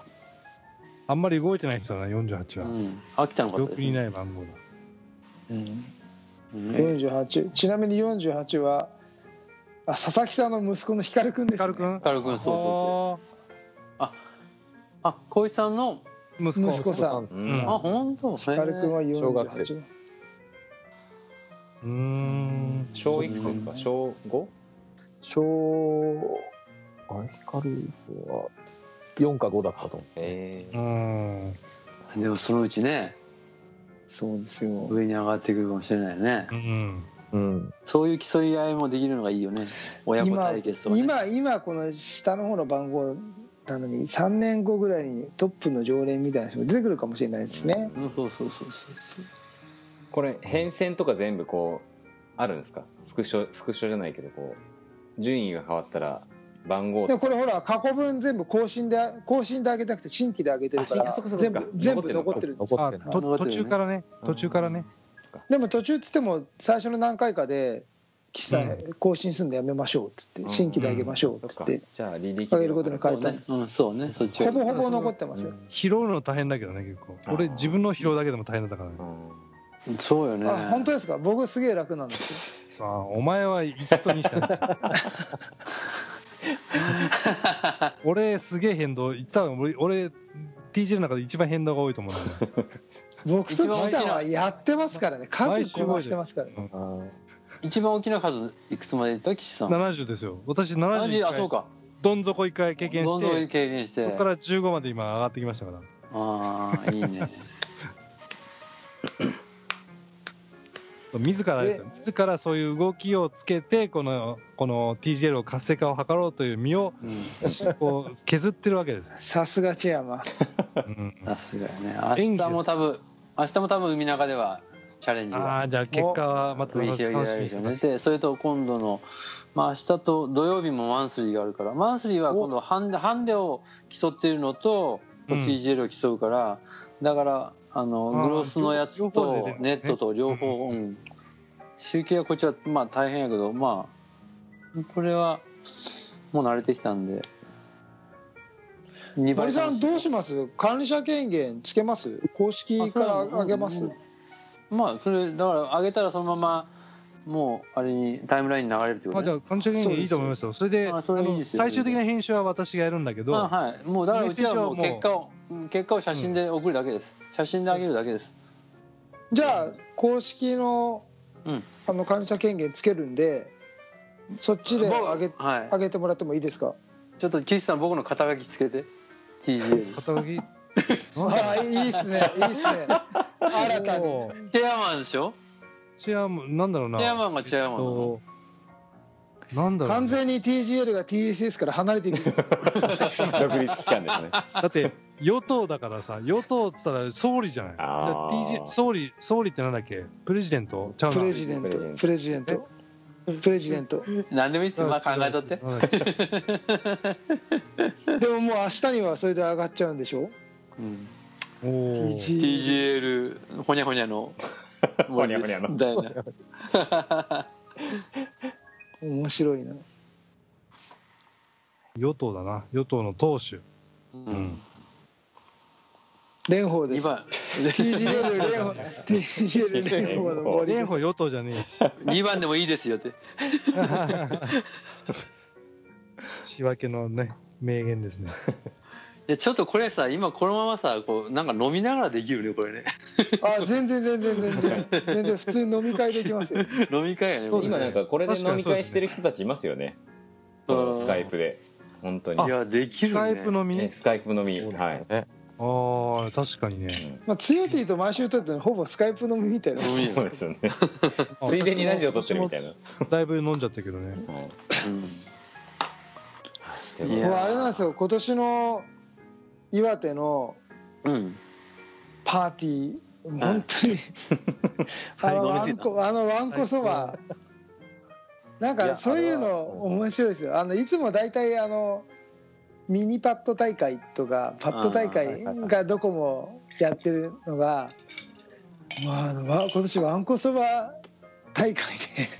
Speaker 3: あんまり動いてない人だな、48
Speaker 4: う
Speaker 3: は。
Speaker 4: ん、秋田の
Speaker 3: 記
Speaker 4: 方で
Speaker 3: 憶
Speaker 4: す
Speaker 3: に
Speaker 4: ね
Speaker 3: ない番号だ。
Speaker 2: うん
Speaker 4: うん
Speaker 2: 48ちなみに48はあ佐々木さんの息子の光くんです、ね、
Speaker 3: 光くん
Speaker 4: 軽くそうそうそう
Speaker 3: そ
Speaker 4: あ浩一さんの
Speaker 3: う息子
Speaker 2: 息子さん
Speaker 1: う
Speaker 3: うん
Speaker 1: ん
Speaker 4: あ本当そ
Speaker 2: 光くんは48
Speaker 5: 小学生で
Speaker 3: うーん
Speaker 1: 小いくつですか小 5?
Speaker 5: 小あれ光は4か5だったと思
Speaker 1: ええ
Speaker 3: うーん
Speaker 4: でもそのうちね
Speaker 2: そうですよ
Speaker 4: 上に上がってくるかもしれないね
Speaker 3: うん
Speaker 5: ううん
Speaker 4: そういう競い合いもできるのがいいよね親子
Speaker 2: 今
Speaker 4: 対決とか、ね、
Speaker 2: 今今この下の方の番号なのに3年後ぐらいにトップの常連みたいな人も出てくるかもしれないですね
Speaker 4: うんそうそうそうそう
Speaker 1: これ変遷とか全部こうあるんですかスクショスクショじゃないけどこう順位が変わったら番号
Speaker 2: で
Speaker 1: と
Speaker 2: もこれほら過去分全部更新で更新で上げたくて新規で上げてるか
Speaker 1: あ
Speaker 2: ら
Speaker 1: そうかそうか
Speaker 2: 全部全部残
Speaker 1: 残
Speaker 2: っ
Speaker 1: ってて
Speaker 2: る
Speaker 5: 残
Speaker 3: あ
Speaker 5: ってない
Speaker 3: と途中からね途中からね
Speaker 2: でも途中っつっても最初の何回かで岸さん更新するのやめましょうっつって
Speaker 1: うん
Speaker 2: 新規で上げましょうっつ
Speaker 1: そ
Speaker 2: っ
Speaker 1: っか
Speaker 2: て
Speaker 1: じゃあ履歴
Speaker 2: 上げることに変えたんです
Speaker 4: そうねうんそうねそっち
Speaker 2: ほ
Speaker 4: は
Speaker 2: ぼほぼ残ってますよ
Speaker 3: 拾うの大変だけどね結構
Speaker 1: あー
Speaker 3: 俺自分の拾うだけでも大変だったからね
Speaker 1: うん
Speaker 4: そうよね
Speaker 2: あ本当ですか僕すげえ楽なんです
Speaker 3: あーお前は1と2しかない (laughs) 俺すげえ変動多分俺俺 TJ の中で一番変動が多いと思うんだよね
Speaker 2: よ僕と
Speaker 4: 一番
Speaker 2: 岸
Speaker 4: 大きな
Speaker 2: さんはやってますからね数
Speaker 3: 毎週
Speaker 2: こなしてますからね
Speaker 5: あー
Speaker 4: 一番大きな数いくつまでいった岸さん
Speaker 3: 70ですよ私70
Speaker 4: 70あそ
Speaker 3: 回
Speaker 4: うか
Speaker 3: どん底1回経験
Speaker 4: どん
Speaker 3: し
Speaker 4: どん
Speaker 3: て
Speaker 4: 経験して
Speaker 3: そこから15まで今上がってきましたから
Speaker 4: ああいい
Speaker 2: (laughs)
Speaker 4: ね
Speaker 3: 自らですよ自らそういう動きをつけてこのこの TGL を活性化を図ろうという身を
Speaker 4: うん (laughs)
Speaker 3: こう削ってるわけですよ、
Speaker 2: さすがチェアマン
Speaker 3: うん
Speaker 4: さすがよね明日も多分明日も多分海中ではチャレンジ
Speaker 3: あ
Speaker 4: が
Speaker 3: あじゃあ結果はまた
Speaker 4: 繰り
Speaker 3: 楽し
Speaker 4: 広げられ
Speaker 3: みにし
Speaker 4: るでしょ
Speaker 3: て
Speaker 4: う
Speaker 3: ま
Speaker 4: ね
Speaker 3: す
Speaker 4: でそれと今度の、まあ、明日と土曜日もマンスリーがあるからマンスリーは今度ハンデハンデを競っているのと
Speaker 3: うん
Speaker 4: TGL を競うから、だからあの
Speaker 3: あー
Speaker 4: グロスのやつ
Speaker 3: 両方で出
Speaker 4: と
Speaker 3: るんだ
Speaker 4: ネ
Speaker 3: ね
Speaker 4: ットと両方、うん、集計はこっちはまあ大変やけどまあこれはもう慣れてきたんで2
Speaker 2: 森さんどうし
Speaker 4: ま
Speaker 2: ます管理者権限つけます公式から上げます
Speaker 4: まあそれだから上げたらそのままもうあれにタイムラインに流れるってこ
Speaker 3: まあ、
Speaker 4: と
Speaker 3: じゃあ、このチャレンジいいと思いますよ。それで、
Speaker 4: あそれいいですよ
Speaker 3: あの最終的な編集は私がやるんだけど、
Speaker 4: あはいもうだからうちはもう
Speaker 3: メッセージはもう
Speaker 4: 結果をうん結果を写真で送るだけです、写真であげるだけです
Speaker 2: じゃあ公式の
Speaker 4: うん
Speaker 2: あの管理者権限つけるんでそっちで
Speaker 4: 僕
Speaker 2: 上げ
Speaker 4: はい
Speaker 2: 上げてもらってもいいですか
Speaker 4: ちょっと岸さん僕の肩書きつけて TGL
Speaker 3: 肩書き、
Speaker 4: (laughs)
Speaker 3: なん
Speaker 2: ああいいっすねいいっすね新たに
Speaker 3: おー
Speaker 4: チェアマンでしょ
Speaker 3: チェアマン、なんだろうな。
Speaker 4: チェアマンがチェアマンなの
Speaker 3: えっとなんだろうな、
Speaker 2: 完全に TGL が TSS から離れていく
Speaker 1: 独立機関ですね (laughs)
Speaker 3: だって、与党だからさ、与党っつったら総理じゃない。だか
Speaker 1: あ
Speaker 3: ら
Speaker 1: ー
Speaker 3: TJ 総理、総理ってなんだっけプレジデントちゃうな。
Speaker 2: プレジデントプ
Speaker 1: プ
Speaker 2: レジデントプレジデント
Speaker 4: 何でもいいっすよまあ考えと
Speaker 3: (laughs)
Speaker 4: って
Speaker 3: なんだっけ
Speaker 2: でももう明日にはそれで上がっちゃうんでしょ
Speaker 4: うん
Speaker 3: おー
Speaker 4: TGL ほにゃほにゃの
Speaker 1: (laughs) ほにゃほにゃの
Speaker 4: みたいな
Speaker 2: 面白いな
Speaker 3: 与党だな。与党の党首。
Speaker 4: う
Speaker 3: うん
Speaker 4: ん
Speaker 2: 蓮舫で
Speaker 4: 2
Speaker 2: す
Speaker 4: 番 (laughs)
Speaker 2: TGL 蓮舫 TGL 蓮舫の森
Speaker 3: 蓮舫与党じゃねえし。
Speaker 4: 2番でもいいですよって
Speaker 3: 仕分けのね、名言ですね。
Speaker 4: いやちょっとこれさ今このままさこうなんか飲みながらできるねこれね (laughs)
Speaker 2: あ全然全然全然全然普通に飲み会できますよ
Speaker 4: 飲み会やね
Speaker 3: そうです
Speaker 1: 今
Speaker 3: ね
Speaker 1: なんかこれで飲み会してる人たちいますよね
Speaker 4: うん
Speaker 1: スカイプで本当に
Speaker 4: いやでき
Speaker 3: ス
Speaker 4: る
Speaker 3: カ
Speaker 4: ね
Speaker 3: イプのみ、
Speaker 1: ねスカイプ飲み
Speaker 5: そうだ
Speaker 1: はい
Speaker 5: ね
Speaker 3: ああ、確かにね。
Speaker 2: まあツヨティと毎週撮ってるのほぼスカイプ飲みみたいな
Speaker 4: 飲み
Speaker 1: (laughs) そうですよねついでにラジオ撮ってるみたいな、
Speaker 3: だいぶ飲んじゃったけど
Speaker 1: は
Speaker 3: ね。
Speaker 1: い
Speaker 4: う
Speaker 1: い
Speaker 4: んい
Speaker 2: もう
Speaker 4: や
Speaker 2: あれなんですよ今年の岩手の
Speaker 4: うん
Speaker 2: パーティー本当に、あのわんこあのわんこそばなん
Speaker 5: い
Speaker 2: か
Speaker 5: や
Speaker 2: そういう
Speaker 5: あれ
Speaker 2: の
Speaker 5: は
Speaker 2: 面白いですよあのいつも大体あのミニパッド大会とかパッド大会がどこもやってるのがまああのわ今年わんこそば大会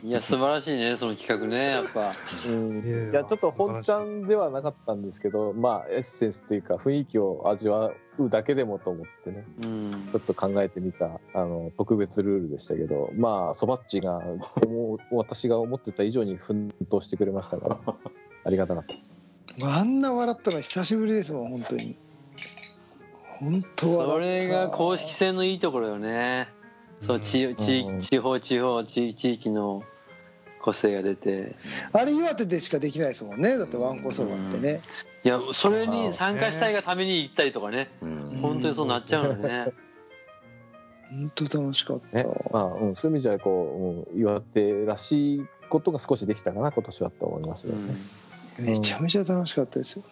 Speaker 4: いや素晴らしいねその企画ねやっぱ
Speaker 5: うん
Speaker 3: いや
Speaker 5: いやちょっと本ちゃんではなかったんですけどまあエッセンスというか雰囲気を味わうだけでもと思ってね
Speaker 4: うん
Speaker 5: ちょっと考えてみたあの特別ルールでしたけどまあそばっちが思う私が思ってた以上に奮闘してくれましたから
Speaker 3: (laughs)
Speaker 5: ありがたかったです
Speaker 2: で (laughs) あんな笑ったの久しぶりですもん本当に本当
Speaker 4: そ
Speaker 2: 笑った
Speaker 4: れが公式戦のいいところよねそう地地
Speaker 5: うん
Speaker 4: 地方地方地地域の個性が出て
Speaker 2: あれ岩手でしかできないですもんねだってわんこそばってね
Speaker 4: いやそれに参加したいがために行ったりとかね
Speaker 1: うん
Speaker 4: 本当にそうなっちゃうのね
Speaker 2: 本当楽しかった、
Speaker 5: ねまあうん、そういう意味じゃこう、うん、岩手らしいことが少しできたかな今年はと思います
Speaker 4: う
Speaker 5: ね、
Speaker 4: ん
Speaker 2: めちゃめちゃ楽しかったですよ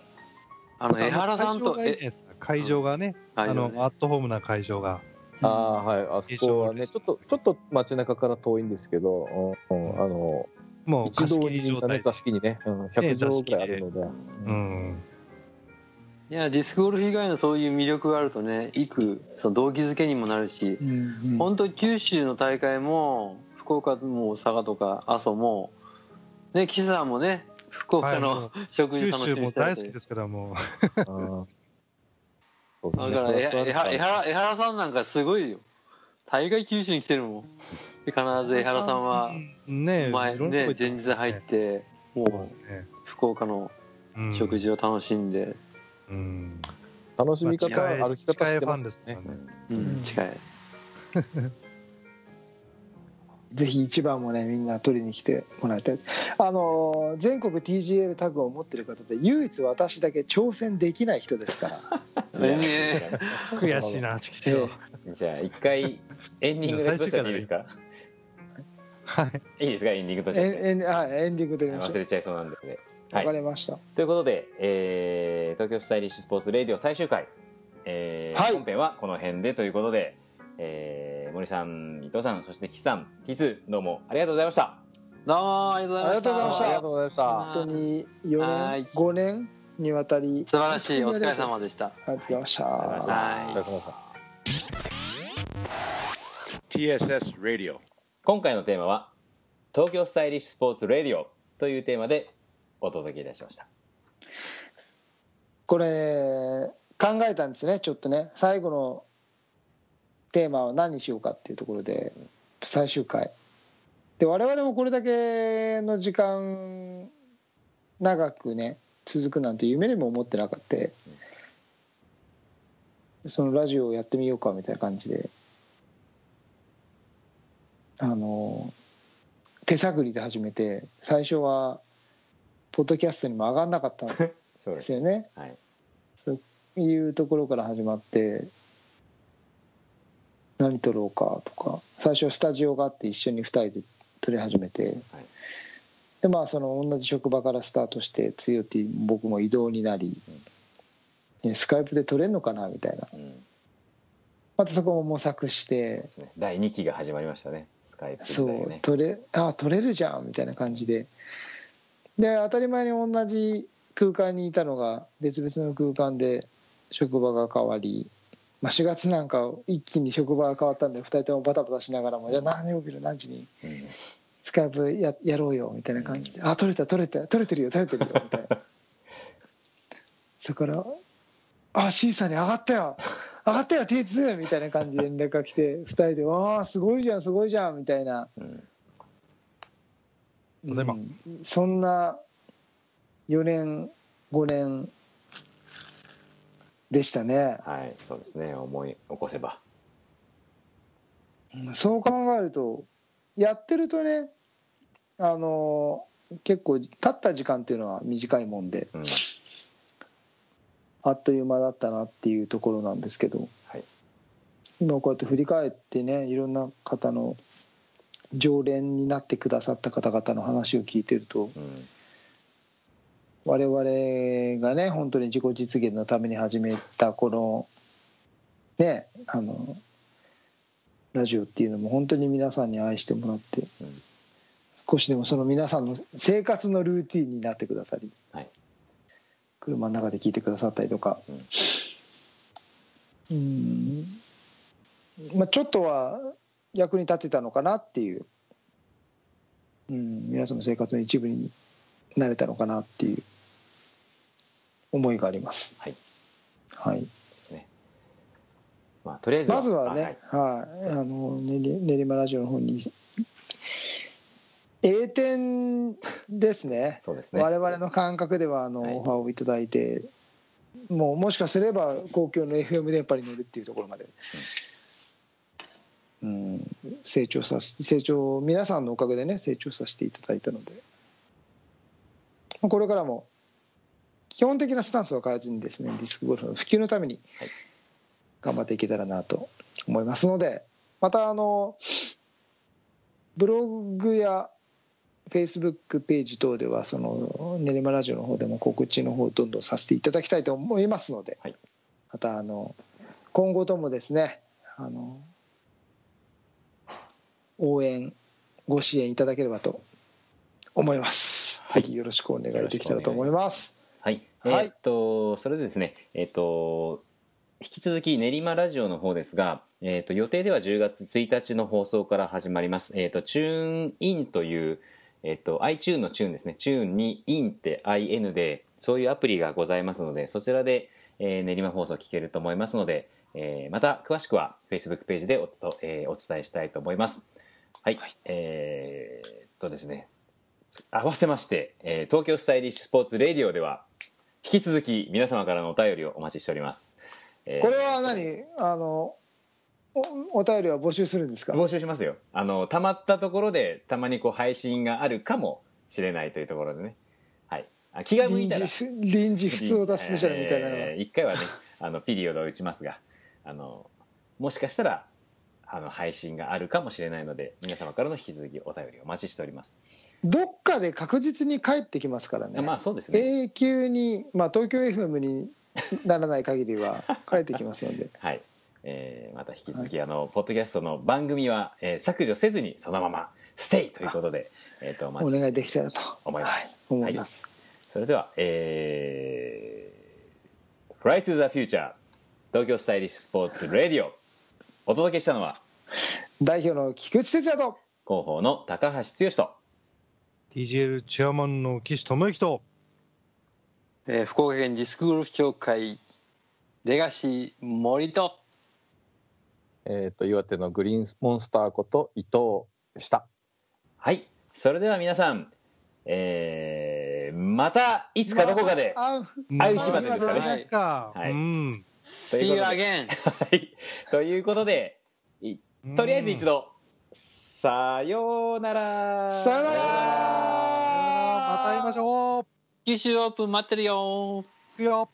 Speaker 4: あの江原さんと
Speaker 3: 会場がいいじゃない
Speaker 4: え
Speaker 3: ですか会場がね、
Speaker 4: あ
Speaker 3: あの
Speaker 4: の
Speaker 3: アットホームな会場が
Speaker 5: ああはいあそこはね
Speaker 3: 印
Speaker 5: ちょっとちょっと街中から遠いんですけど、うんうんあの
Speaker 3: もう
Speaker 5: 一
Speaker 3: 貸し
Speaker 5: 堂
Speaker 3: 切り
Speaker 5: に
Speaker 3: 状
Speaker 5: ね
Speaker 3: 態、
Speaker 5: 座敷にね、うん、100畳ぐらいあるので、
Speaker 3: うん、
Speaker 4: いやディスクゴルフ以外のそういう魅力があるとねいくその動機づけにもなるし
Speaker 2: うんうん
Speaker 4: 本当に九州の大会も福岡も佐賀とか阿蘇もね岸さんもね福岡の食事
Speaker 3: 九
Speaker 4: 楽
Speaker 3: 州
Speaker 4: しみに
Speaker 3: も
Speaker 4: してる
Speaker 3: 大
Speaker 4: と
Speaker 3: 好き
Speaker 4: いう
Speaker 3: ですからも
Speaker 5: うんそう
Speaker 4: だから
Speaker 5: ね
Speaker 4: え江原江原江原さんなんかすごいよ大概九州に来てるもんで必ず江原さんは
Speaker 3: うねえ
Speaker 4: 前
Speaker 3: いろんなとこ
Speaker 4: ね前
Speaker 3: 行って
Speaker 4: 日入って
Speaker 3: ま
Speaker 4: も
Speaker 3: す
Speaker 4: う
Speaker 3: ね
Speaker 4: 福岡の
Speaker 3: うん
Speaker 4: 食事を楽しんで、
Speaker 3: うん
Speaker 5: 楽しみ方、
Speaker 3: まあ近い
Speaker 5: 歩き方知
Speaker 3: 近
Speaker 5: っ
Speaker 3: い
Speaker 5: て
Speaker 3: フ
Speaker 5: ま
Speaker 3: ァ
Speaker 5: す
Speaker 3: ン
Speaker 5: ね
Speaker 3: ですからね
Speaker 4: うん、近い
Speaker 2: ぜひ一番もねみんな取りに来てもらいたいあのー全国 TGL タグを持ってる方で唯一私だけ挑戦できない人ですから
Speaker 4: ね
Speaker 3: 悔しいなチキチキ
Speaker 1: じゃあ一回エンディングでどっちゃっていいですか
Speaker 3: はい
Speaker 1: いいですかエンディングとし
Speaker 2: え
Speaker 1: て
Speaker 2: えんあエンディングで言いましょ
Speaker 1: 忘
Speaker 2: う
Speaker 1: れちゃいそうなんですねは
Speaker 2: わ
Speaker 1: い
Speaker 2: かりました、
Speaker 1: ということで、えー東京スタイリッシュスポーツレディオ最終回、えー
Speaker 2: はい
Speaker 1: 本編はこの辺でということで、えー森さん伊藤さんそして岸さん T2 どうもありがとうございました
Speaker 4: どうもありがとうございました
Speaker 2: ありがとうございました
Speaker 5: ありがとうございまし
Speaker 2: 本
Speaker 5: た
Speaker 2: 当に4
Speaker 4: は
Speaker 2: 年
Speaker 4: い
Speaker 2: 5年にわたり
Speaker 4: 素晴らしいお疲れ様でした
Speaker 2: ありがとうございました
Speaker 1: ありがとうございました
Speaker 4: はい
Speaker 5: お疲れ様でした
Speaker 6: TSS Radio.
Speaker 1: 今回のテーマは「東京スタイリッシュスポーツレディオ」というテーマでお届けいたしました
Speaker 2: これ考えたんですねちょっとね最後のテーマは何にしようかっていうところで最終回で我々もこれだけの時間長くね続くなんて夢にも思ってなかったそのラジオをやってみようかみたいな感じであの手探りで始めて最初はポッドキャストにも上がんなかったんで
Speaker 1: そうですす
Speaker 2: よね。
Speaker 1: はい
Speaker 2: いうところから始まって何撮ろうかとか最初はスタジオがあって一緒に2人で撮り始めて、
Speaker 1: はい
Speaker 2: でまあその同じ職場からスタートしてつよて僕も移動になり、えスカイプで撮れんのかなみたいな
Speaker 1: うん
Speaker 2: またそこも模索して
Speaker 1: ですね第2期が始まりましたねスカイプ時
Speaker 2: そ
Speaker 1: 代が
Speaker 2: う
Speaker 1: ね
Speaker 2: 撮れあ撮れるじゃんみたいな感じでで当たり前に同じ空間にいたのが別々の空間で職場が変わり、まあ、4月なんか一気に職場が変わったんで2人ともバタバタしながらも「じゃあ何曜日の何時に
Speaker 1: うん
Speaker 2: スカイプややろうよ」みたいな感じで「あ撮れた撮れた撮れてるよ撮れてるよ」みたいな (laughs) そこから「あ C さんに上がったよ上がったよ T2」みたいな感じで連絡が来て2人で「わあすごいじゃんすごいじゃん」みたいな。
Speaker 1: うん
Speaker 3: ただいま
Speaker 2: うんそんな4年5年でしたね
Speaker 1: はいそうですね思い起こせば
Speaker 2: うんそう考えるとやってるとねあのー結構経った時間っていうのは短いもんで
Speaker 1: うん
Speaker 2: あっという間だったなっていうところなんですけど、
Speaker 1: はい
Speaker 2: 今こうやって振り返ってねいろんな方の常連になってくださった方々の話を聞いてると
Speaker 1: うん
Speaker 2: 我々がね本当に自己実現のために始めたこのねあのラジオっていうのも本当に皆さんに愛してもらって、
Speaker 1: うん
Speaker 2: 少しでもその皆さんの生活のルーティンになってくださり、
Speaker 1: はい
Speaker 2: 車の中で聞いてくださったりとかうんまあ、ちょっとは役に立てたのかなっていううん、皆さんの生活の一部になれたのかなっていう思いがあります。
Speaker 1: はい、
Speaker 2: はい、
Speaker 1: ですね。まあ、とりあえず
Speaker 2: まず
Speaker 1: あ
Speaker 2: は
Speaker 1: い
Speaker 2: ね、はいあの練り練馬ラジオの方に栄転ですね。
Speaker 1: そうですね。
Speaker 2: 我々の感覚ではあの、
Speaker 1: はい
Speaker 2: オファーをいただいてもうもしかすれば公共の FM 電波に乗るっていうところまで、うん、成長させ成長皆さんのおかげでね成長させていただいたのでこれからも基本的なスタンスは変えずにですねディスクゴルフの普及のために
Speaker 1: はい
Speaker 2: 頑張っていけたらなと思いますのでまたあのブログやフェイスブックページ等ではその練馬ラジオの方でも告知の方をどんどんさせていただきたいと思いますので、
Speaker 1: はい
Speaker 2: またあの今後ともですねあの応援ご支援いただければと思います、
Speaker 1: はい
Speaker 2: ぜひよろしくお願いできたらと思います
Speaker 1: はい。
Speaker 2: はい
Speaker 1: えーっと、それでですね、えーっと、引き続き練馬ラジオの方ですが、えーっと、予定では10月1日の放送から始まります。えーっと、チューンインという、えーっと、iTune のチューンですね。チューンにインって IN で、そういうアプリがございますので、そちらで、えー練馬放送聞けると思いますので、えーまた詳しくは Facebook ページでお,、えーお伝えしたいと思います。はい。えーっとですね、合わせまして、えー東京スタイリッシュスポーツレディオでは引き続き皆様からのお便りをお待ちしております、えー
Speaker 2: これは何あのおお便りは募集するんですか
Speaker 1: 募集しますよあのたまったところでたまにこう配信があるかもしれないというところでね、はい、あ気が向い
Speaker 2: 臨
Speaker 1: たら
Speaker 2: 時臨時普通を出すスペシャルみたいなのが、
Speaker 1: えー一回はねあのピリオドを打ちますがあのもしかしたらあの配信があるかもしれないので皆様からの引き続きお便りをお待ちしております、
Speaker 2: どっかで確実に帰ってきますからね、
Speaker 1: まあそうですね、
Speaker 2: 永久に、まあ、東京 FM にならない限り
Speaker 1: (laughs)
Speaker 2: は帰ってきますので
Speaker 1: はい、えーまた引き続き、あのポッドキャストの番組は、えー削除せずにそのままステイということで、えー、とお
Speaker 2: お
Speaker 1: 待ち
Speaker 2: 願いできたらと
Speaker 1: 思います
Speaker 2: はい思います、
Speaker 1: それではえー「Fly to the Future 東京スタイリッシュスポーツ・レディオ」お届けしたのは
Speaker 2: 代表の菊池哲也と
Speaker 1: 広報の高橋剛と
Speaker 3: TGL チェアマンの岸智之と、
Speaker 4: えー福岡県ディスクゴルフ協会レガシー森と
Speaker 5: えっと岩手のグリーンモンスターこと伊藤でした
Speaker 1: はいそれでは皆さん、えーまたいつかどこかで
Speaker 2: あ
Speaker 1: 会う日までですかね。
Speaker 3: まさか
Speaker 1: はい
Speaker 3: うん。
Speaker 1: と
Speaker 4: See
Speaker 1: いう
Speaker 4: you
Speaker 1: ことで
Speaker 4: again!
Speaker 1: はいということでいとりあえず一度、さようなら
Speaker 2: さよなら
Speaker 3: また会いましょう。
Speaker 4: 九州オープン待ってるよ
Speaker 3: いくよ。